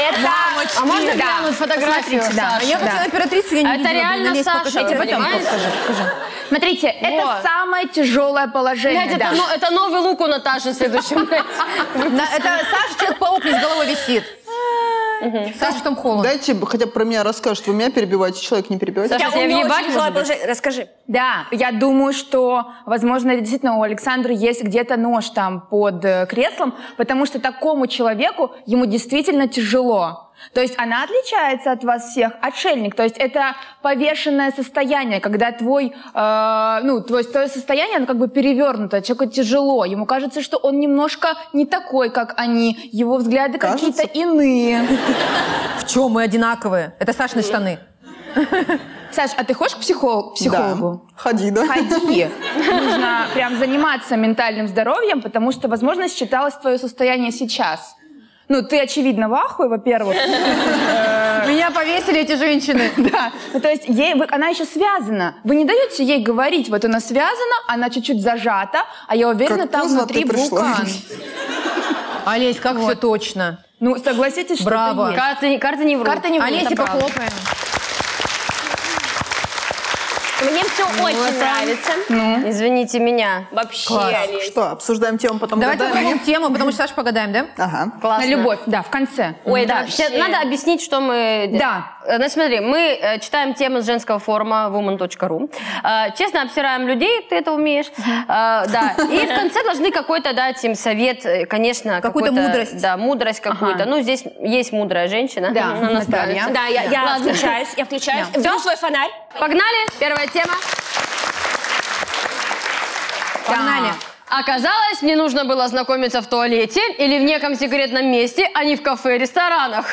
Это... А можно Да. глянуть фотографию Посмотрите, да. Саши? А Я Да. хотела императрицу, я не А это видела, блин, реально на ней сколько Саша, я шаров. тебе потом Понимаешь? покажу. Смотрите, это самое тяжелое положение. Блядь, это, да. но- это новый лук у Наташи в следующем, блядь. На- Это Саша, человек-паук, не с головой висит. Саша, там холодно. Дайте б- хотя бы про меня расскажет. Вы меня перебиваете, человек не перебивает. Саша, Я- тебя у меня очень въебать, тяжелое может быть? положение. Расскажи. Да, я думаю, что, возможно, действительно у Александра есть где-то нож там под э, креслом, потому что такому человеку ему действительно тяжело. То есть она отличается от вас всех, отшельник. То есть это повешенное состояние, когда твой, э, ну, твой, твое состояние, оно как бы перевернуто, человеку тяжело, ему кажется, что он немножко не такой, как они, его взгляды Кажется? какие-то иные. В чем мы одинаковые? Это Сашины штаны. Саш, а ты ходишь к психо- психологу? Да. Ходи, да? Ходи. Нужно прям заниматься ментальным здоровьем, потому что, возможно, считалось твое состояние сейчас. Ну, ты, очевидно, в ахуе, во-первых. Меня повесили эти женщины. Да. Ну, то есть ей, вы- она еще связана. Вы не даете ей говорить. Вот она связана, она чуть-чуть зажата, а я уверена, Как там поздно ты внутри пришла. вулкан. Олесь, как все точно. Ну, согласитесь, что Браво. это есть. Карты, карты не врут. Карта не врут, Олесе это правда. похлопаем. Мне все очень нравится. Извините меня. Вообще, Олесь. Что, обсудим тему, потом Давайте гадаем? выполним тему, потому что Саша погадаем, да? Ага. Классно. На любовь, да, в конце. Ой, да, Да, вообще вообще. надо объяснить, что мы... делаем. Да. Э, Значит, смотри, мы э, читаем тему с женского форума woman.ru, э, честно обсираем людей, ты это умеешь, Э, да, и в конце должны какой-то дать им совет, э, конечно, Какую-то какой-то- мудрость. Да, мудрость какую-то. Ну, здесь есть мудрая женщина. Да, она Наталья. справится. Да, я, я Ладно. включаюсь, я включаюсь. Беру свой фонарь. Погнали, первая тема. Погнали. Оказалось, мне нужно было знакомиться в туалете или в неком секретном месте, а не в кафе и ресторанах.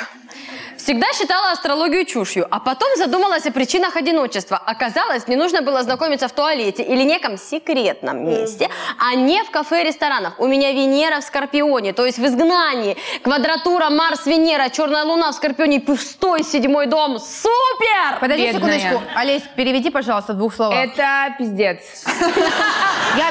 Всегда считала астрологию чушью, а потом задумалась о причинах одиночества. Оказалось, мне нужно было знакомиться в туалете или неком секретном месте, а не в кафе и ресторанах. У меня Венера в Скорпионе, то есть в изгнании. Квадратура Марс-Венера, черная луна в Скорпионе, пустой седьмой дом. Супер! Подожди Бедная. секундочку. Олесь, переведи, пожалуйста, в двух словах. Это пиздец.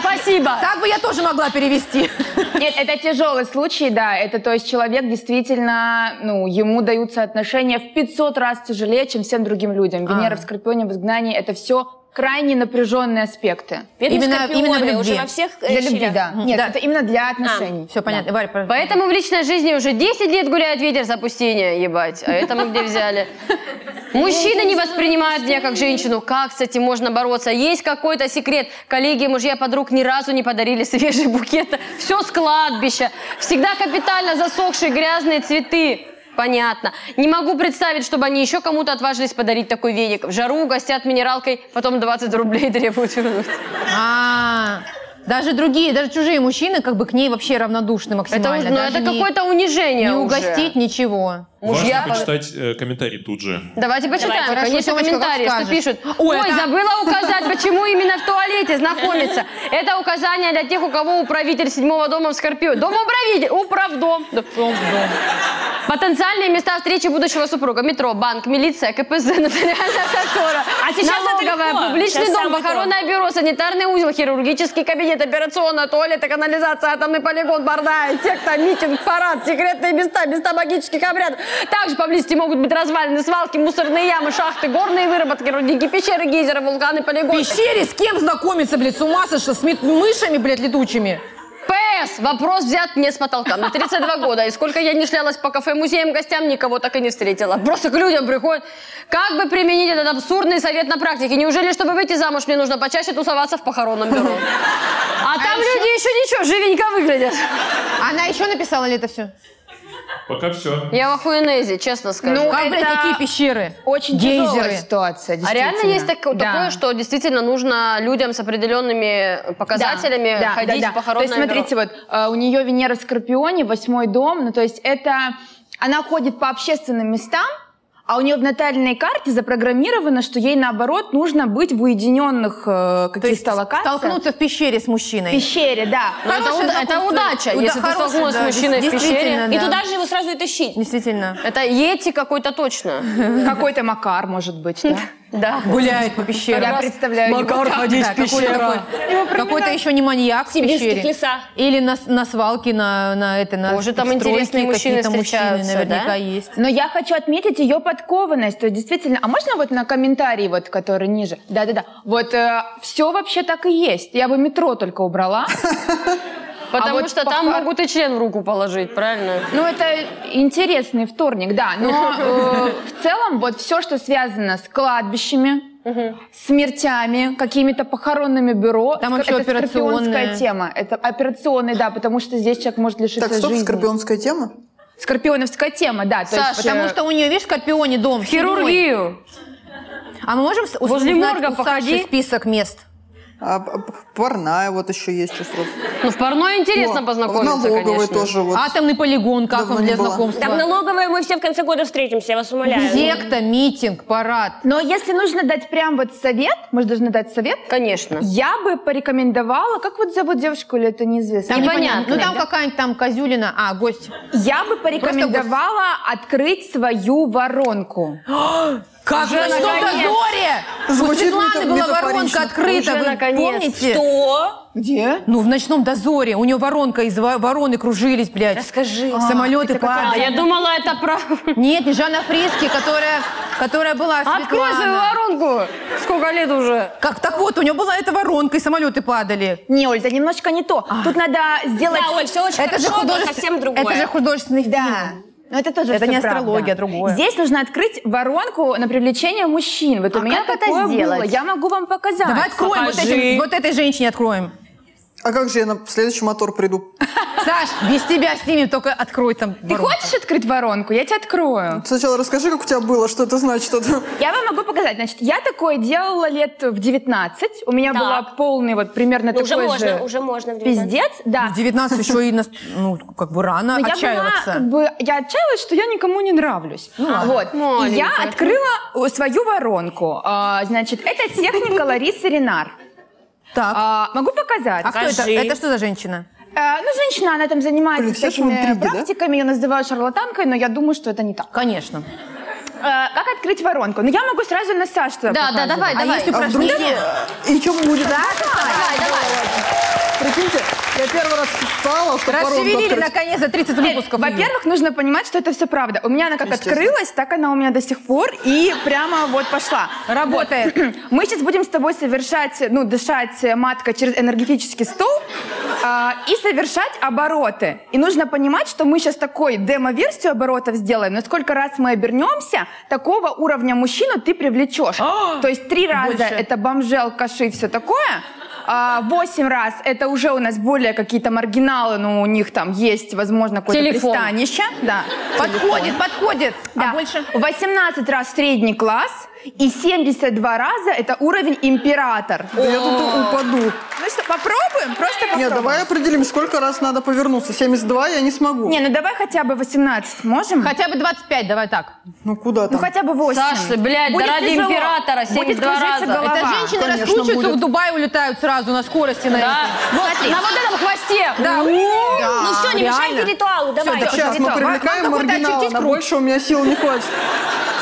Спасибо! Так бы я тоже могла перевести. Нет, это тяжелый случай, да. Это то есть человек действительно, ну, ему А. даются отношения в 500 раз тяжелее, чем всем другим людям. Венера в Скорпионе, в изгнании, это все крайне напряженные аспекты. Бедный Именно- Скорпионе именно в уже любви. во всех э, Для любви, щелях. да. Нет, это именно А. для отношений. Все понятно. Варя, пожалуйста. Поэтому в личной жизни уже 10 лет гуляет ветер запустения, ебать. А это мы где взяли? Мужчины не воспринимают меня как женщину. Как с этим можно бороться? Есть какой-то секрет. Коллеги, мужья, подруг ни разу не подарили свежий букет. Все с кладбища. Всегда капитально засохшие грязные цветы. Понятно. Не могу представить, чтобы они еще кому-то отважились подарить такой веник. В жару гостят минералкой, потом 20 рублей требуют вернуть. А, даже другие, даже чужие мужчины как бы к ней вообще равнодушны Это, максимально. уж- ну, Даже это не- какое-то унижение Не уже. угостить ничего. Мужья Важно под- почитать э, комментарий тут же. Давайте почитаем, Хорошо, конечно, Томочка, как комментарии, что скажешь. пишут. Ой, забыла указать, почему именно в туалете знакомиться. Это указание для тех, у кого управитель седьмого дома в Скорпионе. Дом управитель, управдом. Потенциальные места встречи будущего супруга. Метро, банк, милиция, КПЗ, нотариальная контора. А сейчас это налоговая, легко. публичный Сейчас дом, самое то. похоронное бюро, санитарный узел, хирургический кабинет, операционная, туалеты, канализация, атомный полигон, бордая, секта, митинг, парад, секретные места, места магических обрядов. Также поблизости могут быть развалины, свалки, мусорные ямы, шахты, горные выработки, рудники, пещеры, гейзеры, вулканы, полигоны. пещере с кем знакомиться, блядь, с ума сошла? С мет- мышами, блядь, летучими? ПС. Вопрос взят мне с потолка. Мне 32 года. И сколько я не шлялась по кафе, музеям, гостям, никого так и не встретила. Просто к людям приходят. Как бы применить этот абсурдный совет на практике? Неужели, чтобы выйти замуж, мне нужно почаще тусоваться в похоронном бюро? А там люди еще ничего, живенько выглядят. Она еще написала ли это все? Пока все. Я в охуенезе, честно скажу. Ну, Как, это блядь, какие пещеры? Очень тяжелая Гейзеры. ситуация, а реально действительно. есть так- Да. такое, что действительно нужно людям с определенными показателями Да, да, ходить да, да. в похоронное То есть смотрите, бюро? вот э, у нее Венера в Скорпионе, восьмой дом, ну то есть это она ходит по общественным местам, а у нее в натальной карте запрограммировано, что ей наоборот нужно быть в уединенных э, каких-то локациях. Столкнуться в пещере с в мужчиной. пещере, да. Но это, Хорошее уда- это знакомство. удача, Уда- если ты хорошее, столкнулась да, с мужчиной в действительно, пещере. И Да. туда же Ну, его сразу и тащить. Действительно. Это ети какой-то точно. Какой-то Макар, может быть, да? Да. Гуляет по пещере. Я представляю его так, да, какой-то такой. Какой-то еще не маньяк в Сибирских пещере. лесах. Или на, с- на свалке, на, на это, на Может, там стройке интересные мужчины какие-то мужчины встречаются, наверняка да? есть. Но я хочу отметить ее подкованность. То есть, действительно, а можно вот на комментарии, вот, который ниже? Да-да-да. Вот все вообще так и есть. Я бы метро только убрала. Потому А вот что там похо- могут и член в руку положить, правильно? Ну, это интересный вторник, да. Но э, в целом вот все, что связано с кладбищами, смертями, какими-то похоронными бюро. Там ск- вообще это скорпионская операционные. тема. Это операционный, да, потому что здесь человек может лишиться Так, стоп, жизни. скорпионская тема? Скорпионовская тема, да. То есть, Саша, Потому что у нее, видишь, в Скорпионе дом. седьмой. Хирургию. А мы можем с- Возле узнать морга у Саши походи. список мест? А, п- п- парная вот еще есть чувство. Ну, в парной интересно познакомиться, Налоговый конечно. тоже вот. А Атомный полигон, как Давно он не для была. знакомства? Так в налоговой мы все в конце года встретимся, я вас умоляю. Секта, митинг, парад. Но если нужно дать прям вот совет, мы же должны дать совет, Конечно. я бы порекомендовала, как вот зовут девушку, или это неизвестно? Там непонятно. Ну там какая-нибудь там Козюлина, а, гость. Я бы порекомендовала открыть свою воронку. Как Уже на ночном наконец. дозоре! У Звучит Светланы мета- была метафорично. воронка открыта, Уже вы наконец. помните? Что? Где? Ну, в ночном дозоре. У нее воронка из во- вороны кружились, блядь. Расскажи. Самолеты А падали. я думала, это правда. Нет, не Жанна Фриски, которая, которая была Открой свою Светлана. воронку. Сколько лет уже? Как, так вот, у нее была эта воронка, и самолеты падали. Не, Оль, это немножко не то. Тут надо сделать... Да, Оль, все очень хорошо, но художествен- совсем другое. Это же художественный фильм. Да. Но это тоже Это всё не правда. астрология, другое. Здесь нужно открыть воронку на привлечение мужчин. Вот у А меня как это такое было. сделать? Я могу вам показать. Давай откроем вот, Покажи. этим- вот этой женщине откроем. А как же я на следующий мотор приду? Саш, без тебя снимем, только открой там Ты воронку. хочешь открыть воронку? Я тебе открою. Сначала расскажи, как у тебя было, что это значит. а Это... Я вам могу показать. Значит, я такое делала лет в 19. У меня Так. был полный вот примерно Ну, такой уже можно, же уже можно. в девятнадцать. пиздец. Да. А В 19 еще и, нас- ну, как бы рано Но отчаиваться. Я, была, как бы, я отчаялась, что я никому не нравлюсь. вот. И я Маленькая. открыла э, свою воронку. А, значит, это техника Ларисы Ренар. Так, а, А, могу показать. кто это? скажи. Это что за женщина? Э, ну, женщина, она там занимается Блин, все же в всякими интриге, да? практиками. Ее называют шарлатанкой, но я думаю, что это не так. Конечно. Э, как открыть воронку? Ну, я могу сразу на Сашу Да, да, давай, А давай. если А вдруг... упражнение? И чем будет? Давай, давай. Прикиньте, я первый раз встала, что пару Расшевелили наконец за 30 выпусков. ее. Во-первых, нужно понимать, что это все правда. У меня она как Естественно. открылась, так она у меня до сих пор и прямо вот пошла. Работает. Вот. Мы сейчас будем с тобой совершать, ну, дышать э, матка через энергетический стол а, и совершать обороты. И нужно понимать, что мы сейчас такой демо-версию оборотов сделаем, но сколько раз мы обернемся, такого уровня мужчину ты привлечешь. То есть три раза А! Больше. это бомжи, алкаши, все такое. А, Восемь раз это уже у нас более какие-то маргиналы, но у них там есть, возможно, какое-то Телефон. пристанище. Да. подходит, подходит. Да. А больше? 18 раз средний класс и 72 раза это уровень император. Да я тут упаду. Ну что, попробуем? Просто попробуем. Нет, давай определим, сколько раз надо повернуться. 72 я не смогу. Не, ну давай хотя бы 18. Можем? Хотя бы 25, давай так. Ну куда Ну там? хотя бы 8. Саша, блядь, да Будет ради тяжело. императора Будет 72 кружиться раза. голова. Это женщины Конечно, раскручиваются, будет. в Дубай улетают сразу на скорости. на Да. этой. Вот, на вот этом хвосте. Да. Ну все, не реально. мешайте ритуалу, давай. да, Сейчас мы Вам- вам привлекаем какой-то маргинала, очертить на круг. больше у меня сил не хватит.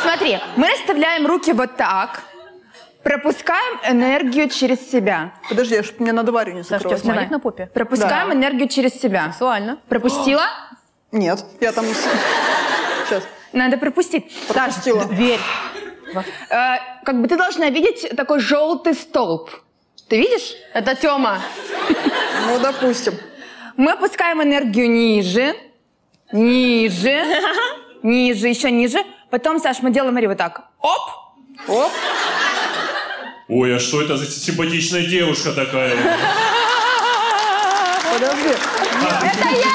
Смотри, мы расставляем руки вот так, пропускаем энергию через себя. Подожди, я ж- мне надо Варю не Саш, у тебя закрывать. смайлик на попе? Пропускаем Да. энергию через себя. Сексуально. Пропустила? Нет, я там... Сейчас. Надо пропустить. Саш, Пропустила. Верь. э, как бы ты должна видеть такой желтый столб. Ты видишь? Это Тёма. Ну, допустим. Мы опускаем энергию ниже, ниже, ниже, еще ниже. Потом, Саш, мы делаем Мари вот так. Оп! Оп. Ой, а что это за симпатичная девушка такая? Подожди. Это я!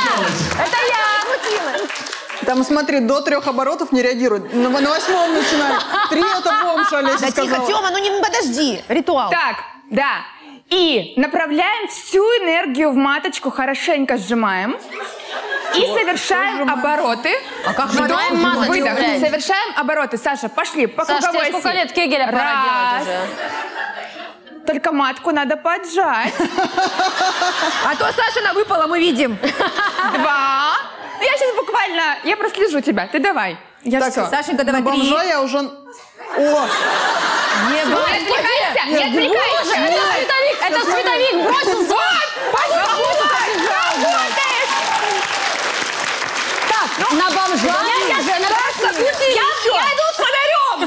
Там, смотри, до трех оборотов не реагирует. На, на восьмом начинает. Три это бомж, Олеся Да тихо, сказала. Тёма, ну не подожди. Ритуал. Так, да. И направляем всю энергию в маточку, хорошенько сжимаем. И совершаем обороты. А как Вдох, надо? Вдвоем маточку, Выдох. блядь. Совершаем обороты. Саша, пошли, по Саш, тебе круговой оси. сколько лет Кегеля пора Раз. делать уже? Только матку надо поджать. А то Сашина выпала, мы видим. Два. Ну, я сейчас буквально, я прослежу тебя. Ты давай. Я Так, все. Сашенька, На давай три. бомжа я уже... О, не отвлекайся, не отвлекайся. Это световик, это световик бросил Так, ну, на бомжа. Я сейчас на Я, я иду с фонарем!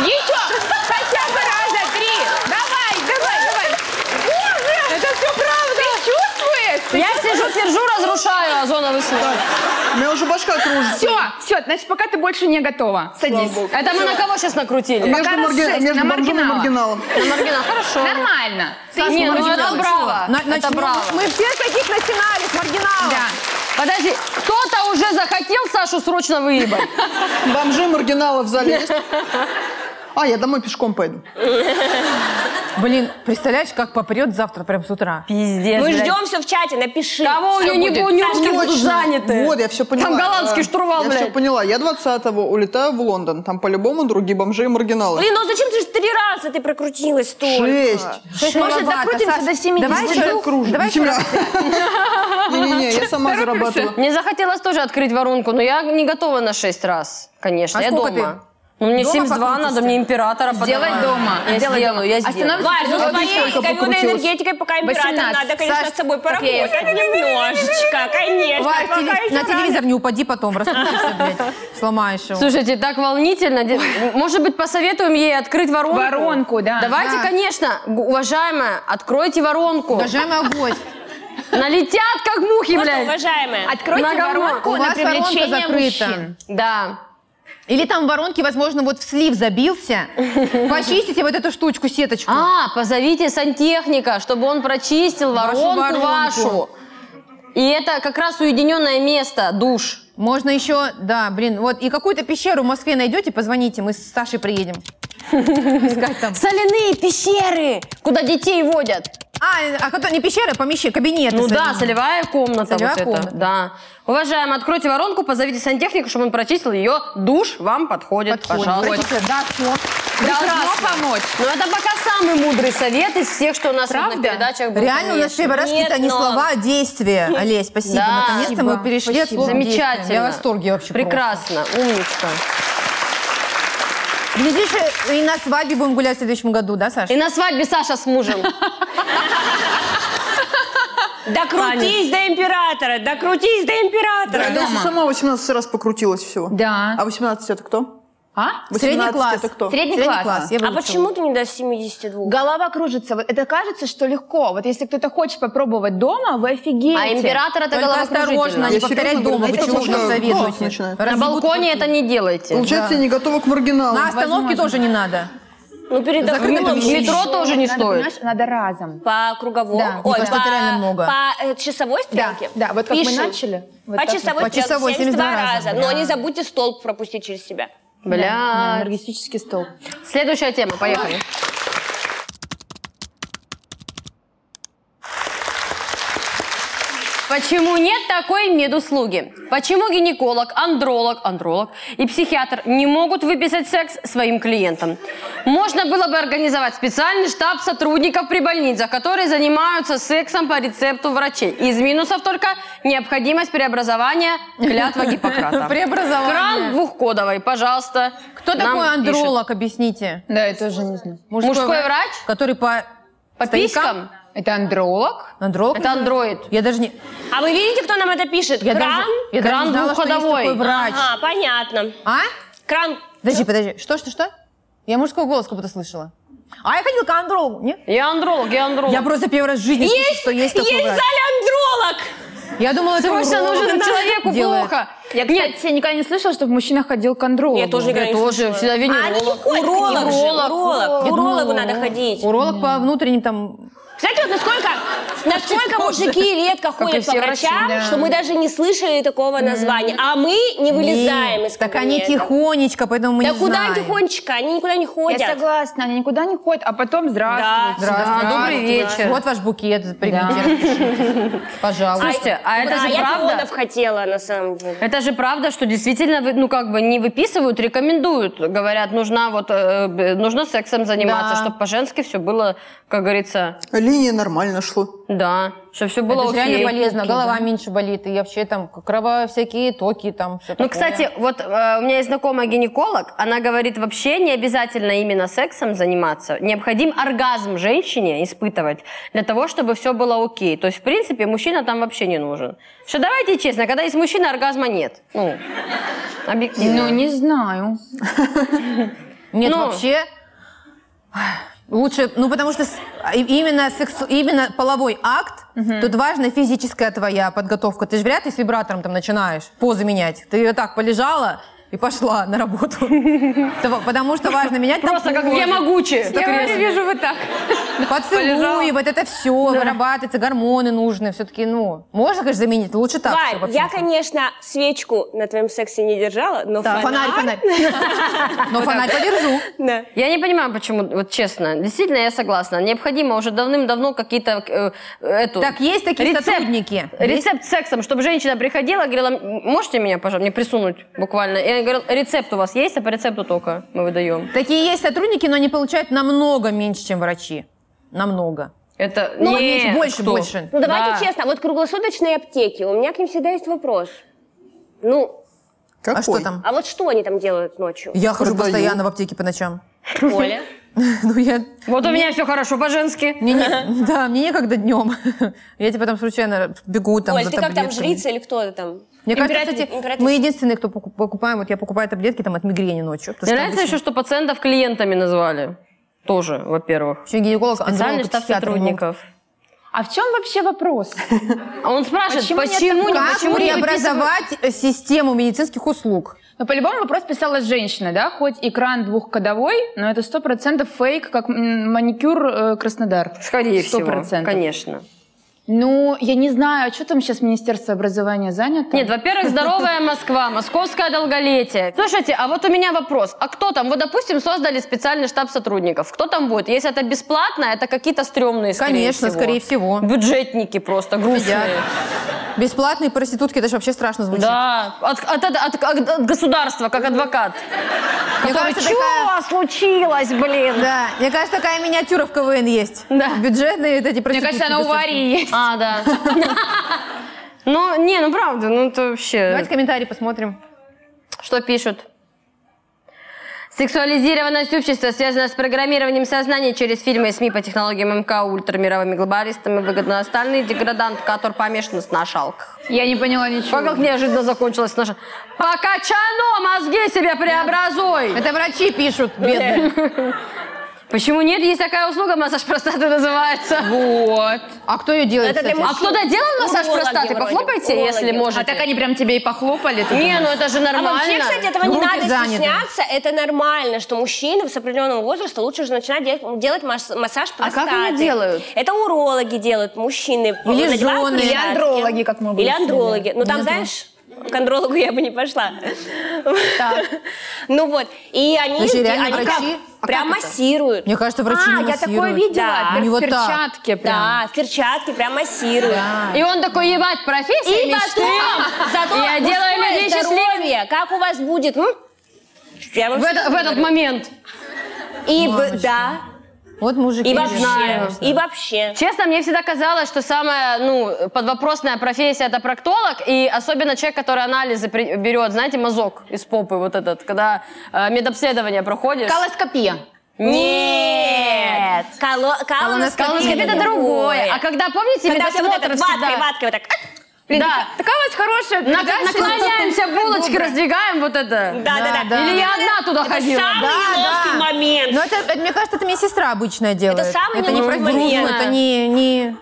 Еще хотя бы раза три. Давай, давай, давай. Боже! Это все правда. Ты чувствуешь? Я сижу, сижу, разрушаю озоновый слой. у меня уже башка кружится. Все, все, значит, пока ты больше не готова. Садись. Это мы на кого сейчас накрутили? Между, раз марги- шесть, между на бомжом и маргинала. маргиналом. На маргинал. Хорошо. Нормально. Саша, Не, ну это браво. На- Это начнем. браво. Мы все с таких начинали, с маргинала. Да. Подожди, кто-то уже захотел Сашу срочно выебать. Бомжи, маргиналы в зале есть? А, я домой пешком пойду. Блин, представляешь, как попрет завтра прям с утра. Пиздец, Мы блядь. ждем все в чате, напиши. Кого у Всё нее не будет. будет, у нее ушки будут Точно. заняты. Вот, я все поняла. Там голландский А, штурвал, Я все блядь. поняла. Я 20-го улетаю в Лондон. Там по-любому другие бомжи и маргиналы. Блин, ну зачем ты же три раза ты прокрутилась только? Шесть. Шесть Может, маловато, докрутимся Саш. до 70? Давай Тебя еще раз. кружит. Давай еще Тебя. раз. Не-не-не, я сама зарабатываю. Мне захотелось тоже открыть воронку, но я не готова на 6 раз, конечно. А я сколько дома. Ну, мне Дома 72 надо, покрутишься? мне императора Сделать подавай. дома. Я Сделать сделаю, я сделаю. Остановись. Варь, ну Вот с твоей только ковёной покрутилась. энергетикой пока император 18. надо, конечно, Саш, с собой как я и поработать немножечко, конечно. Варь, пока теле- ещё на рано. телевизор не упади потом, раскрутишься, блядь. Сломаешь его. Слушайте, так волнительно. Де- Может быть, посоветуем ей открыть воронку? Воронку, да. Давайте, Да. конечно, г- уважаемая, откройте воронку. Уважаемая гость, Налетят, как мухи, Просто, блядь. уважаемая, Откройте Многому. воронку у на вас воронка привлечение закрыта. мужчин. Да. Или там в воронке, возможно, вот в слив забился. Почистите вот эту штучку, сеточку. А, позовите сантехника, чтобы он прочистил Вашу воронку, воронку. вашу. И это как раз уединенное место, душ. Можно еще, да, блин, вот. И какую-то пещеру в Москве найдете, позвоните, мы с Сашей приедем. Искать там. Соляные пещеры, куда детей водят. А, а кто, не пещера, а помещение, кабинеты. Ну да, соленые. солевая комната Солевая вот комната. это. Да. Уважаемые, откройте воронку, позовите сантехника, чтобы он прочистил ее. Душ вам подходит, Подходит. пожалуйста. Простите, Да, все. Должно помочь. Но это пока самый мудрый совет из всех, что у нас вот на Правда? передачах был. Реально у нас конечно. первый раз Нет, какие-то не но- слова, а действия. Олесь, спасибо. ну, Да. Наконец-то мы перешли от слов к действиям. Замечательно. Я в восторге вообще Прекрасно, умничка. просто. Глядишь, и- и на свадьбе будем гулять в следующем году, да, Саша? И на свадьбе Саша с мужем. Докрутись до императора, докрутись до императора. Да, дома. ты сама 18 раз покрутилась всего. Да. А 18 это кто? А? 18 это кто? Средний, класс. Я А выучила. почему ты не до 72? Голова кружится. Вот Это кажется, что легко. Вот если кто-то хочет попробовать дома, вы офигеете. А император это Только осторожно, головокружительно. не Я повторять серьезно дома, вы говорю, чего потому нам что голос завидуете? начинает. На Разъебут балконе это не делайте. Получается, я не готова к маргиналу. На остановке тоже не надо. Ну, перед В метро тоже не Надо, стоит. понимаешь, надо разом. По круговому? Да, мне кажется, это реально много. По э, часовой Да, стрелке? да, А вот как Пишем. мы начали. вот по так вот. часовой По стрелке, часовой, 72 72 раза. раза, Но да. не забудьте столб пропустить через себя. Бля. Энергетический стол. Следующая тема, поехали. Почему нет такой медуслуги? Почему гинеколог, андролог, андролог и психиатр не могут выписать секс своим клиентам? Можно было бы организовать специальный штаб сотрудников при больницах, которые занимаются сексом по рецепту врачей. Из минусов только необходимость преобразования клятва Гиппократа. Преобразование. Кран двухкодовый, пожалуйста. Кто такой андролог, объясните? Да, я тоже не знаю. Мужской врач? Который по... По старикам? писькам? Это андролог? Андролог? Это андроид. Я даже не... А вы видите, кто нам это пишет? Я Кран? даже, я даже Кран не знала, что есть двухходовой. такой врач. Ага, понятно. А? Кран. Подожди, подожди. Что, что, что? Я мужской голос как будто слышала. А я ходила к андрологу. Нет? Я андролог, я андролог. Я просто первый раз в жизни слышу, что есть такой Есть в врач. зале андролог! Я думала, это Срочно уролог нужен ну человеку делает. плохо. Я, кстати, я никогда не слышала, чтобы мужчина ходил к андрологу. Я тоже играю. Тоже всегда А венеролог. Уролог же, Уролог. уролог. К Я думала, урологу надо ходить. Уролог по внутренним там... Кстати, вот насколько, насколько мужики редко ходят по все врачи, врачам, что мы даже не слышали такого названия. А мы не вылезаем Нет, из Так они кабинета. тихонечко, поэтому мы Да не куда знаем. тихонечко? Они никуда не ходят. Я согласна, они никуда не ходят, а потом Да. здравствуйте. Здравствуйте. Да, добрый вечер. Вот ваш букет, примите. Пожалуйста. Слушайте, а это Да, же я правда? пилотов хотела, на самом деле. Это же правда, что действительно, вы- ну как бы не выписывают, рекомендуют. Говорят, нужна вот, э, б- нужно сексом заниматься, Да. чтобы по-женски все было, как говорится, Линия нормально шла. А да, чтобы все было Это же окей. реально полезно, голова меньше болит, и вообще там крова всякие, токи там, все Ну, кстати, вот э, у меня есть знакомая гинеколог, она говорит, вообще не обязательно именно сексом заниматься. Необходим оргазм женщине испытывать для того, чтобы все было окей. То есть, в принципе, мужчина там вообще не нужен. Что давайте честно, когда есть мужчина, оргазма нет. Ну, Ну, объективно. не знаю. Нет, ну. вообще... Лучше, ну потому что с- и- именно, сексу, именно половой акт, тут важна физическая твоя подготовка. Ты же вряд ли с вибратором там начинаешь позы менять. Ты ее так полежала и пошла на работу. Тво- Потому что важно менять там Просто как позы. я могучая. Я вижу вы так. Поцелуи, вот это все, вырабатывается, гормоны нужны. Все-таки, ну, можно, конечно, заменить, лучше так. Варь, чтобы я, вообще- конечно, свечку на твоем сексе не держала, но Фонарь, фонарь. Но фонарь подержу. Да. Я не понимаю, почему, вот честно, действительно, я согласна. Необходимо уже давным-давно какие-то э, эту... Так, есть такие Рецепт. сотрудники. Рецепт с сексом, чтобы женщина приходила, говорила, «М, можете меня, пожалуйста, мне присунуть буквально? Я говорила, рецепт у вас есть, а по рецепту только мы выдаем. Такие есть сотрудники, но они получают намного меньше, чем врачи. Намного. Это Ну, не меньше, больше, кто? больше. Ну, давайте Да. честно, вот круглосуточные аптеки, у меня к ним всегда есть вопрос. Ну, Какой? А что там? а вот что они там делают ночью? Я хожу Продаю. постоянно в аптеке по ночам. Оля? Ну, я... Вот у меня все хорошо по-женски. Мне не- Да, мне некогда днем. Я типа там случайно бегу там Оль, за ты как там, таблетками. жрица или кто-то там? Мне кажется, Императри- кстати, императрица? мы единственные, кто покуп- покупаем, вот я покупаю таблетки там от мигрени ночью. Мне потому что нравится обычно- еще, что пациентов клиентами назвали. Тоже, во-первых. Еще гинеколог, Специальный андролог, штаб психиатр могут. сотрудников. А в чем вообще вопрос? А он спрашивает, Почему почему, нет не- такого? Как почему не преобразовать э, систему медицинских услуг? Ну, по-любому вопрос писала женщина, да? Хоть экран двухкодовой, но это сто процентов фейк, как м, маникюр э, Краснодар. выписывать? Скорее Сто всего, процентов. конечно. Ну, я не знаю, а что там сейчас Министерство образования занято? Нет, во-первых, здоровая Москва, московское долголетие. Слушайте, а вот у меня вопрос. А кто там? Вот, допустим, создали специальный штаб сотрудников. Кто там будет? Если это бесплатно, это какие-то стрёмные, скорее Конечно, всего. скорее всего. Бюджетники просто, грустные. Сидят. Бесплатные проститутки, это же вообще страшно звучит. Да, от, от- от- от- от- от государства, как адвокат. Мне Который, кажется, «Чё такая- у вас случилось, блин? Да, мне кажется, такая миниатюра в КВН есть. Да. Бюджетные вот эти проститутки. Мне кажется, она у Варии есть. А, да. Ну, не, ну правда, ну это вообще... Давайте комментарии посмотрим. Что пишут? Сексуализированность общества связана с программированием сознания через фильмы и СМИ по технологиям МК ультра мировыми глобалистами выгодно остальные деградант, который помешан на шалках. Я не поняла ничего. Как как неожиданно закончилась наша... Покачано, мозги себе преобразуй! Это врачи пишут, бедные. Почему нет? Есть такая услуга, массаж простаты называется. Вот. А кто ее делает, Это для кстати? А кто-то делал массаж Урологи простаты? вроде. Похлопайте, если Урологи. можете. А так они прям тебе и похлопали. ты Не, ну это же А нормально. вообще, кстати, этого не Руки надо заняты. стесняться. Это нормально, что мужчины с определенного возраста лучше уже начинают делать, делать масс- массаж А как простаты. они делают? Это урологи делают, мужчины. Или Надевают жены. перчатки. Или андрологи, как мы Или выяснили. андрологи. Ну там, знаешь, к андрологу я бы не пошла. Ну вот. И они Значит, реально они врачи? прям- А как прям это? массируют. Мне кажется, врачи А, не я такое массируют. видела, Да. в Не вот так. перчатке прям. Да, в перчатке прям массируют. И он такой, ебать, профессия И мечты. потом, зато Я делаю мужское людей счастливыми. здоровье, как у вас будет? м? Я вам В, это- в этот момент. И в- да, Вот мужики. и видишь. вообще, и вообще. Честно, мне всегда казалось, что самая, ну, подвопросная профессия это проктолог, и особенно человек, который анализы при- берет, знаете, мазок из попы вот этот, когда э, медобследование проходишь. Колоскопия. Нет. Коло- Колоноскопия. Колоноскопия это другое. А когда, помните, Когда все вот медосмотр это всегда- ваткой, ваткой вот так. Да. Такая у вас хорошая Нак- передача. наклоняемся, булочки раздвигаем, вот это. Да, да, да. Или я одна туда ходила. Самый неловкий момент. Но это, это, мне кажется, это медсестра обычная делает. самый Это не про неловкий грустную, момент. это не... не...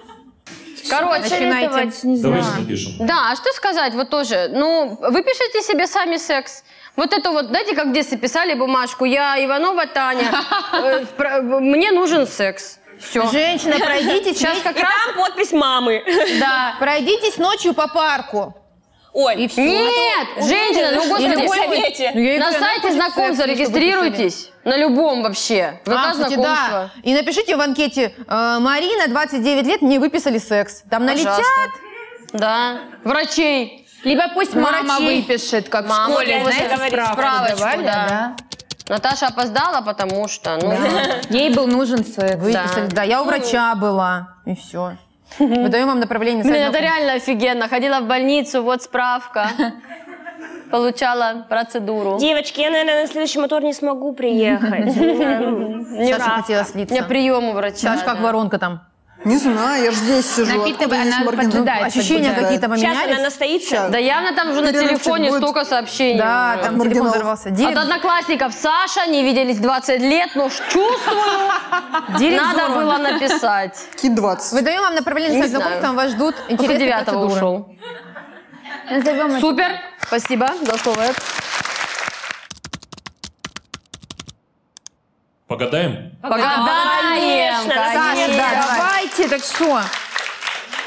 Короче, Начинайте. Давайте напишем. Да, а что сказать, вот тоже, ну, вы пишите себе сами секс. Вот это вот, знаете, как в детстве писали бумажку, я Иванова Таня, э, про- мне нужен секс. Все. Женщина, пройдитесь, Сейчас как И раз, там подпись мамы. да. пройдитесь ночью по парку. Ой, и Нет, женщина, ну, господи, Ну, я и на говорю, сайте нахуй знакомств секс, ну, чтобы зарегистрируйтесь, на любом вообще, ВК А, кстати, знакомства. да. И напишите в анкете, э, Марина, 29 лет, мне выписали секс. Там налетят. Да, врачей. Либо пусть мама Врачи. выпишет, как в Мама, школе, вот я знаете, говорю, справку справочку, давали, да. да. Наташа опоздала, потому что, ну, Ей был нужен секс. Выписали, да. я у врача была. И все. Выдаем вам направление. на Блин, сайт это знакомств. реально офигенно. Ходила в больницу, вот справка. Получала процедуру. Девочки, я, наверное, на следующий мотор не смогу приехать. Не знаю, ну, Саша справка. хотела У меня слиться. прием у врача. Саша, как да. воронка там. Не знаю, я же здесь сижу. Напиток, откуда она здесь маргинал? поджидает. Да, Ощущения это какие-то Сейчас она поменялись. настоится. Да явно там уже на Перерывчик телефоне будет. столько сообщений. Да, уже. А там телефон Маргинал. взорвался. От Девять- одноклассников Саша, не виделись 20 лет, но ж чувствую, надо было написать. Какие 20. Выдаем вам направление на сайт знаю. знакомств, там вас ждут После интересные девятого процедуры. ушел. Супер, спасибо, за слово. Погадаем? Погадаем, Конечно, Саша, да, давай. Давайте, так что?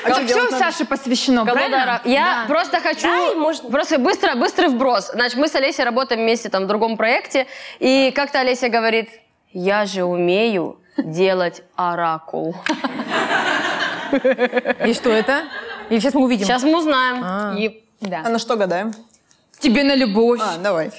А делать все надо? Саше посвящено, Кому правильно? дара- Я просто хочу... Да, и можно. Просто быстро, быстрый вброс. Значит, мы с Олесей работаем вместе там в другом проекте, и как-то Олеся говорит, я же умею делать оракул. И что это? И сейчас мы увидим. Сейчас мы узнаем. И- да. А на что гадаем? Тебе на любовь. А, давай.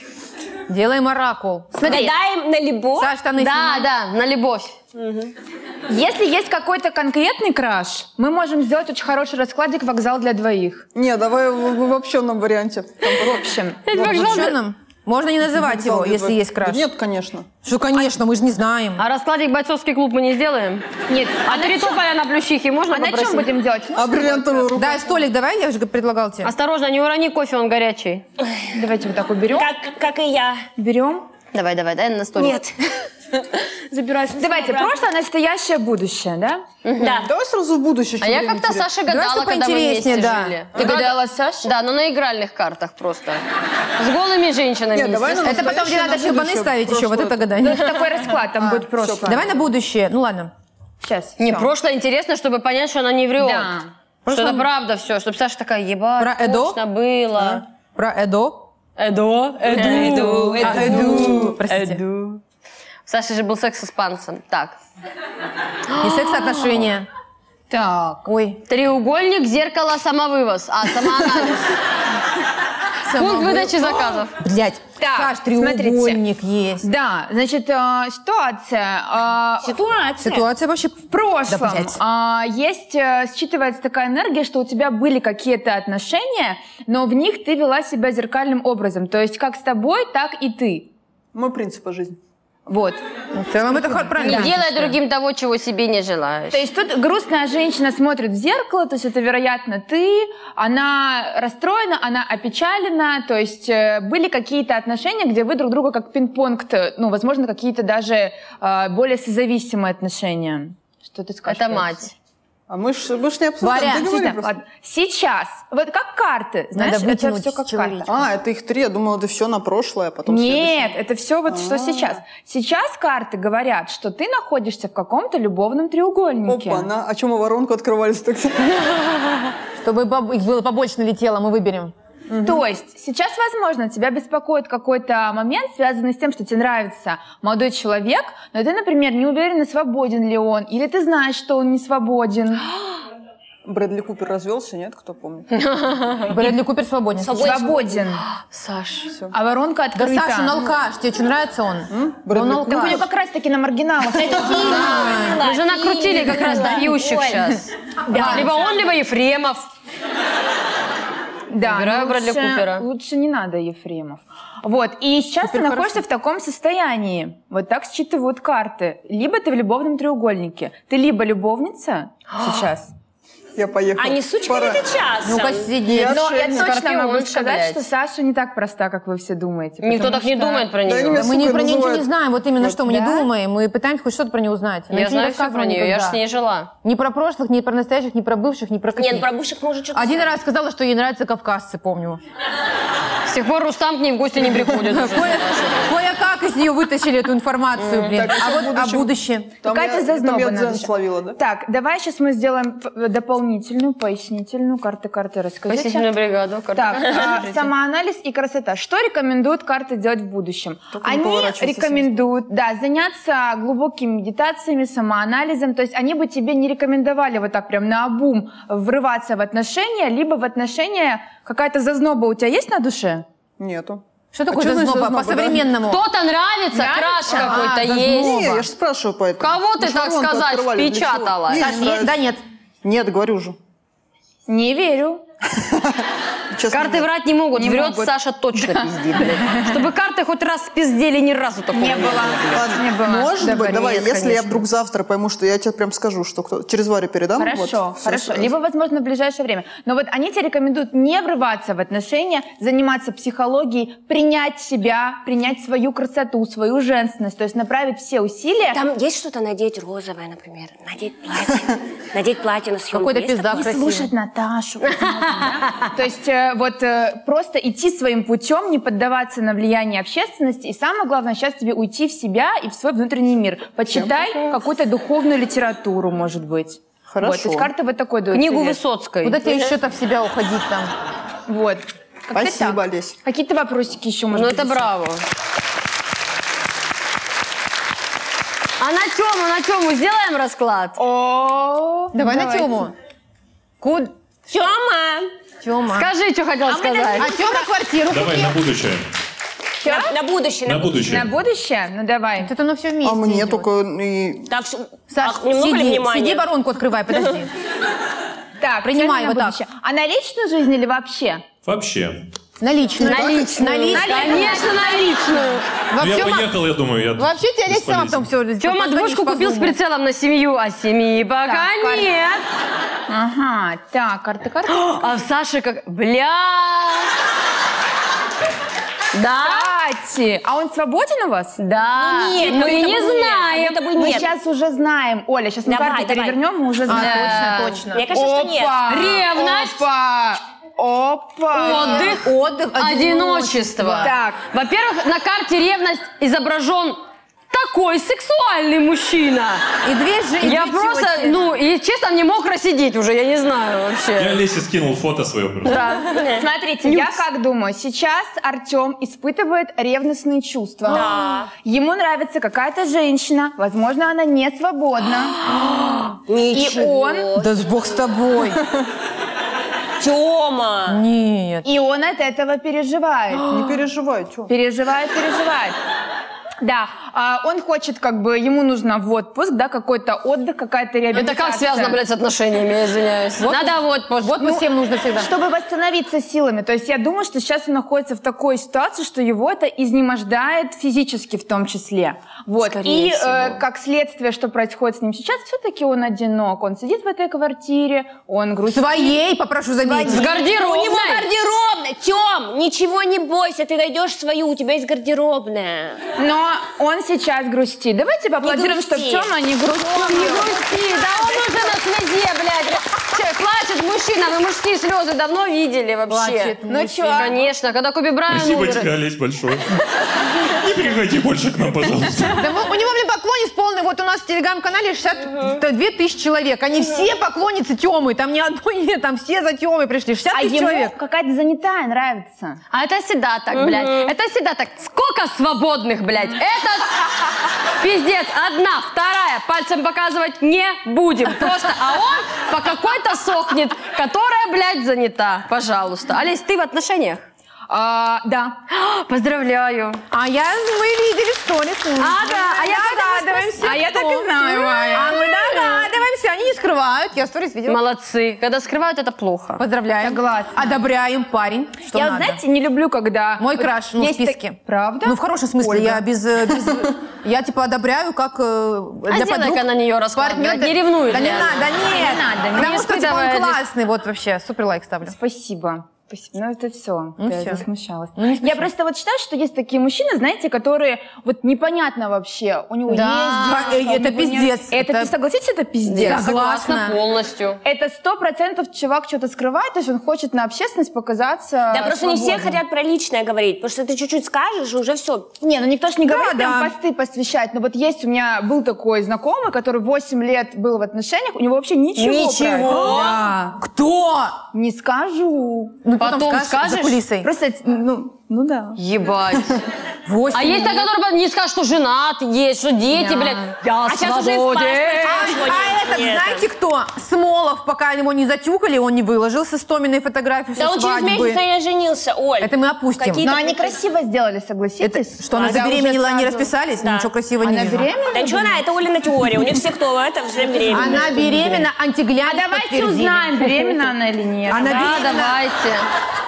Делаем оракул. Гадаем на любовь. Саш, штаны Да, снимай. да, на любовь. Если есть какой-то конкретный краш, мы можем сделать очень хороший раскладик «Вокзал для двоих». Не, давай в, в обобщенном варианте. Там В общем, Может, ученым? Можно не называть его, вокзал, если нет, есть краш. Нет, конечно. Что, конечно, мы же не знаем. А раскладик бойцовский клуб мы не сделаем? Нет. А Тритополя на Плющихе можно а на чем попросить? будем делать? А бриллиантовую руку? Да, столик давай, я же предлагал тебе. Осторожно, не урони кофе, он горячий. Давайте вот так уберем. Как, как и я. Берем. Давай, давай, дай на столик. Нет. Забираю. с собой Давайте, обратно. прошлое, настоящее, будущее, да? Да. Давай сразу в будущее. А чем я время как-то терять. Саша Давай, гадала, что когда мы вместе поинтереснее, да. жили. Ты Когда- гадала с Сашей? Да, но на игральных картах просто. С голыми женщинами. Нет, давай естественно. Это на потом, где настоящее, надо на щелбаны будущее, ставить еще, вот прошлое. это Ну, гадание. это такой расклад, А, там будет прошлое. Давай на будущее. Ну ладно. сейчас. Не, прошлое интересно, чтобы понять, что она не врет. Да. Что это правда все, чтобы Саша такая, ебать, Про Эдо? точно было. Про Эдо. Эдо? Эду, А, Эду. Простите. Саша же был секс с испанцем. Так. Не секс, а отношения. Так. Ой. Треугольник, зеркало, самовывоз. А, самоанализ. Пункт выдачи заказов. Блять. Саш, Так, смотрите. треугольник есть. Да, значит, э, ситуация. э, Ситуация. Ситуация вообще... В прошлом Да, блядь. а, есть, э, считывается такая энергия, что у тебя были какие-то отношения, но в них ты вела себя зеркальным образом. То есть как с тобой, так и ты. Мой принцип по жизни. Вот. Ну, В целом это хор- Не правильно. делай другим того, чего себе не желаешь. То есть тут грустная женщина смотрит в зеркало, то есть это, вероятно, ты, она расстроена, она опечалена, то есть э, были какие-то отношения, где вы друг друга как пинг-понг, э, ну, возможно, какие-то даже э, более созависимые отношения. Что ты скажешь? Это про мать. А мы ж, мы ж не обсуждаем. Варя, ты говори Подожди, просто. ладно. Сейчас. Вот как карты. Надо Знаешь, это вытянуть все как человечка. карта. А, это их три. Я думала, это все на прошлое, а потом Нет, это все вот А. что сейчас. Сейчас карты говорят, что ты находишься в каком-то любовном треугольнике. Опа, она. А чем мы воронку открывались тогда? Чтобы баб- их было побольше налетело, мы выберем. То есть сейчас, возможно, тебя беспокоит какой-то момент, связанный с тем, что тебе нравится молодой человек, но ты, например, не уверена, свободен ли он, или ты знаешь, что он не свободен. Брэдли Купер развелся, нет? Кто помнит? Брэдли Купер свободен. Свободен. Саш. А воронка Да открыта. Саша, ну, он алкаш. Тебе что, нравится он? Да он Брэдли Ну, у алкаш. него как раз-таки на маргиналах. Мы же накрутили как раз до пьющих сейчас. Либо он, либо Ефремов. Да, Выбираю ну, Брэдли лучше- Купера. Лучше не надо Ефремов. Вот, и сейчас ты находишься в таком состоянии. Вот так считывают карты. Либо ты в любовном треугольнике. Ты либо любовница сейчас. Я поехала. А не сучка Пора. ли ты Ну, часом? Ну-ка, сиди. Ну, Я Но я шельма. точно Скорпионка, могу сказать, блядь. что Саша не так проста, как вы все думаете. Никто потому так не что- думает про Да они нее. меня, Мы не сука, про нее ничего не называют. знаем, вот именно что мы не Да? думаем, мы пытаемся хоть что-то про нее узнать. Она Я ничего не знаю все рассказывала про нее, я же никогда. с ней жила. Ни про прошлых, ни про настоящих, ни про бывших, ни про каких. Нет, про бывших мы уже что-то... Один раз сказала, что ей нравятся кавказцы, помню. С тех пор Рустам к ней в гости не приходит. уже. Кое- Кое-как из нее вытащили эту информацию, блин. Так, А еще вот о будущем. будущем. Там Какая-то я- там зазноба я надо дзен сейчас. словила, да? Так, давай сейчас мы сделаем п- дополнительную, пояснительную карты карты расскажите. Посетительную бригаду. карты. Так, а, самоанализ и красота. Что рекомендуют карты делать в будущем? не они поворачивайся рекомендуют, да, заняться глубокими медитациями, самоанализом. То есть они бы тебе не рекомендовали вот так прям на обум врываться в отношения, либо в отношения какая-то зазноба у тебя есть на душе? Нету. Что такое что значит зазноба? зазноба, да? По-современному. Кто-то нравится, Нравится? краш какой-то А, есть. Не, я же спрашиваю поэтому. Кого ты, Ну, что так воронку сказать, открывали? Для чего? впечатала? Не, Саш, не есть? нравится. Да нет. Нет, говорю же. Не верю. Честно, Карты нет. врать не могут, врет Саша точно пиздит. блядь. Чтобы карты хоть раз спиздели, ни разу такого не было. Ладно, Не было. Может Да, быть, давай, нет, если я конечно. вдруг завтра пойму, что я тебе прям скажу, что кто через Варю передам. Хорошо, Ну вот, всё, хорошо. всё. Либо, возможно, в ближайшее время. Но вот они тебе рекомендуют не врываться в отношения, заниматься психологией, принять себя, принять свою красоту, свою женственность, то есть направить все усилия. Там есть что-то надеть розовое, например. Надеть платье. Надеть платье на съемку. Какой-то Есть пизда такое? красивый. Слушать Наташу. возможно, да? То есть э, вот э, просто идти своим путем, не поддаваться на влияние общественности. И самое главное, сейчас тебе уйти в себя и в свой внутренний мир. Почитай какую-то духовную литературу, может быть. Хорошо. Вот, то есть карта вот такой дает Книгу совет. Высоцкой. Куда тебе еще-то в себя уходить там? Вот. Как-то Спасибо, так. Олесь. Какие-то вопросики еще можно. Ну это браво. А на тему, на тему сделаем расклад? О, Давай на Тему. Куд? Тёма! Тема. Скажи, что хотела сказать. А Тема квартиру Давай купил. на будущее. На, на будущее. На На будущее. будущее? Ну давай. Это оно все вместе. А мне идет. только и Так, что- Саш, Ах, немного ли сиди, внимания? сиди воронку открывай, подожди. Так, Принимай цель на вот так. будущее. А на личную жизнь или вообще? Вообще. Наличную. Наличную. Конечно, наличную. Во Ну, я всем- поехал, я думаю, я... Вообще тебе Олег сам там все. Тема двушку купил с прицелом на семью, а семьи пока Так, карта. нет. Ага, так, карта карта. А Саша как... Бля! Да? Кстати, а он свободен у вас? Да. Ну, нет, как мы будто не бы нет, знаем. как будто бы Мы нет. сейчас уже знаем. Оля, сейчас мы Давай, карту давай. перевернем, мы уже знаем. Точно, А, точно. Мне кажется, что нет. Опа! Ревность. Опа! Опа! Отдых. Отдых, Одиночество. Так. Во-первых, на карте ревность изображен такой сексуальный мужчина. И две же. Я просто, ну, и честно, мне мокро сидеть уже, я не знаю вообще. Я Лесе скинул фото свое просто. Смотрите, я как думаю, сейчас Артем испытывает ревностные чувства. Да. Ему нравится какая-то женщина, возможно, она не свободна. И он, Да с бог с тобой. Тёма! Нет. и он от этого переживает. не переживай, тё. Переживает, переживает. Да, а, он хочет, как бы, ему нужно в отпуск, да, какой-то отдых, какая-то реабилитация. Это как связано, блядь, с отношениями, я извиняюсь. Надо вот, Вот мы всем нужно всегда. Чтобы восстановиться силами. То есть я думаю, что сейчас он находится в такой ситуации, что его это изнемождает физически в том числе. Вот. Скорее И э, всего. как следствие, что происходит с ним сейчас, все-таки он одинок. Он сидит в этой квартире, он грустит. Своей, попрошу заметить. С Ну, У него гардеробной. гардеробная. Тем, ничего не бойся, ты найдешь свою, у тебя есть гардеробная. Но он сейчас грустит. Давайте поаплодируем, что грусти. Тёма не грустил. Грусти, да он уже на слезе, блядь. Че, плачет мужчина, вы мужские слезы давно видели вообще? Плачет Ну мужчина. че? Конечно, когда Коби Брайан Спасибо умер. тебе, Олесь, большое. Не приходи больше к нам, пожалуйста. Да мы- у него, блин, поклонниц полный. Вот у нас в телеграм-канале 62 тысячи человек. Они все поклонницы Темы. Там ни одной нет, там все за Темой пришли. 60 А тысяч ему человек. какая-то занятая нравится. А это всегда так, блядь. Это всегда так. Сколько свободных, блядь. Это пиздец. Одна, вторая. Пальцем показывать не будем. Просто, а он по какой-то сохнет, которая, блядь, занята. Пожалуйста. Олесь, ты в отношениях? А, да. Поздравляю. А я, мы видели сторис. А, да, а я когда догадываемся. спросила- А я так и кто. знаю, Варя. А мы догадываемся. Они не скрывают. Я сторис видела. Молодцы. Когда скрывают, это плохо. Поздравляем. Согласна. Одобряем, парень. Что я, надо. знаете, не люблю, когда... Мой вот краш, ну, в есть так- списке. Правда? Ну, в хорошем смысле, Ольга. я без, э, без- Я, типа, одобряю, как э, А для А сделай-ка подруг. на неё расклад, Партнер- блядь, не ревнует Да не ли она? надо, да нет. надо, Потому не что, типа, испытывай, он Алис. классный, вот, вообще, супер лайк ставлю. Спасибо. Спасибо. Ну, это все. Ну, я всё. засмущалась. Ну, не я смущайся. просто вот считаю, что есть такие мужчины, знаете, которые вот непонятно вообще. У него Да. есть девушка, Это у него нет. пиздец. Это, Это- ты согласитесь, это пиздец? Да. Согласна. полностью. Это сто процентов чувак что-то скрывает, то есть он хочет на общественность показаться А, Да просто не все свободным. хотят про личное говорить, потому что ты чуть-чуть скажешь, и уже все. Не, ну никто же не говорит да. прям посты посвящать, но вот есть у меня был такой знакомый, который 8 лет был в отношениях, у него вообще ничего. А? про это. Да. Кто? Не скажу. Ну, Потом За скажешь? кулисой. Просто, ну, ну да. Ебать. Восемь А есть та, которая не скажет, что женат, есть, что дети, блядь. Я А сейчас уже из паспорта ничего А нет. этот, Нет. знаете кто? Смолов, пока его не затюкали, он не выложился с Томиной фотографией со Да он через свадьбы. месяц на ней женился, Оль. Это мы опустим. Какие-то Но они красиво сделали, согласитесь? Что, она забеременела, они расписались? Да. Ничего красивого не Она вижу. беременна? Да что она, это Олина теория, у них все кто, это все А, беременна. Она беременна, антиглянец А давайте подтвердили. узнаем, беременна она или нет. Она Да, беременна. давайте.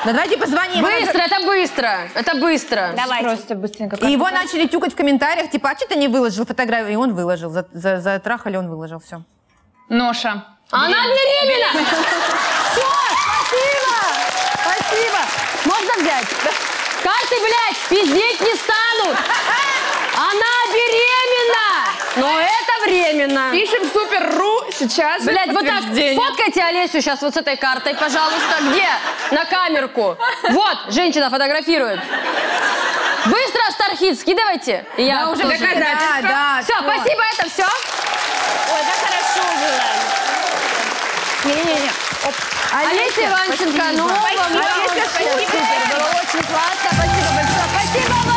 Да давайте позвоним. Быстро, это быстро. Это а, быстро. Давайте. Просто быстренько. И его начали тюкать в комментариях, типа, а что ты не выложил фотографию? И он выложил, за- за- затрахали, он выложил, все. Ноша. А Она беременна! Все, спасибо! Спасибо! Можно взять? Карты, блядь, пиздеть не станут! Она беременна! Но это временно! Пишем супер.ру сейчас же Блядь, вот так подтверждение. фоткайте Олесю сейчас вот с этой картой, пожалуйста. Где? На камерку. Вот, женщина фотографирует. Быстро, Стархит, скидывайте. И я уже Да, да, Все, всё. спасибо, это все. Ой, как хорошо было. Не-не-не. Оп. Олеся Иванченко, ну, вам Спасибо. вообще Олеся, супер, было очень классно. Спасибо большое. Спасибо вам.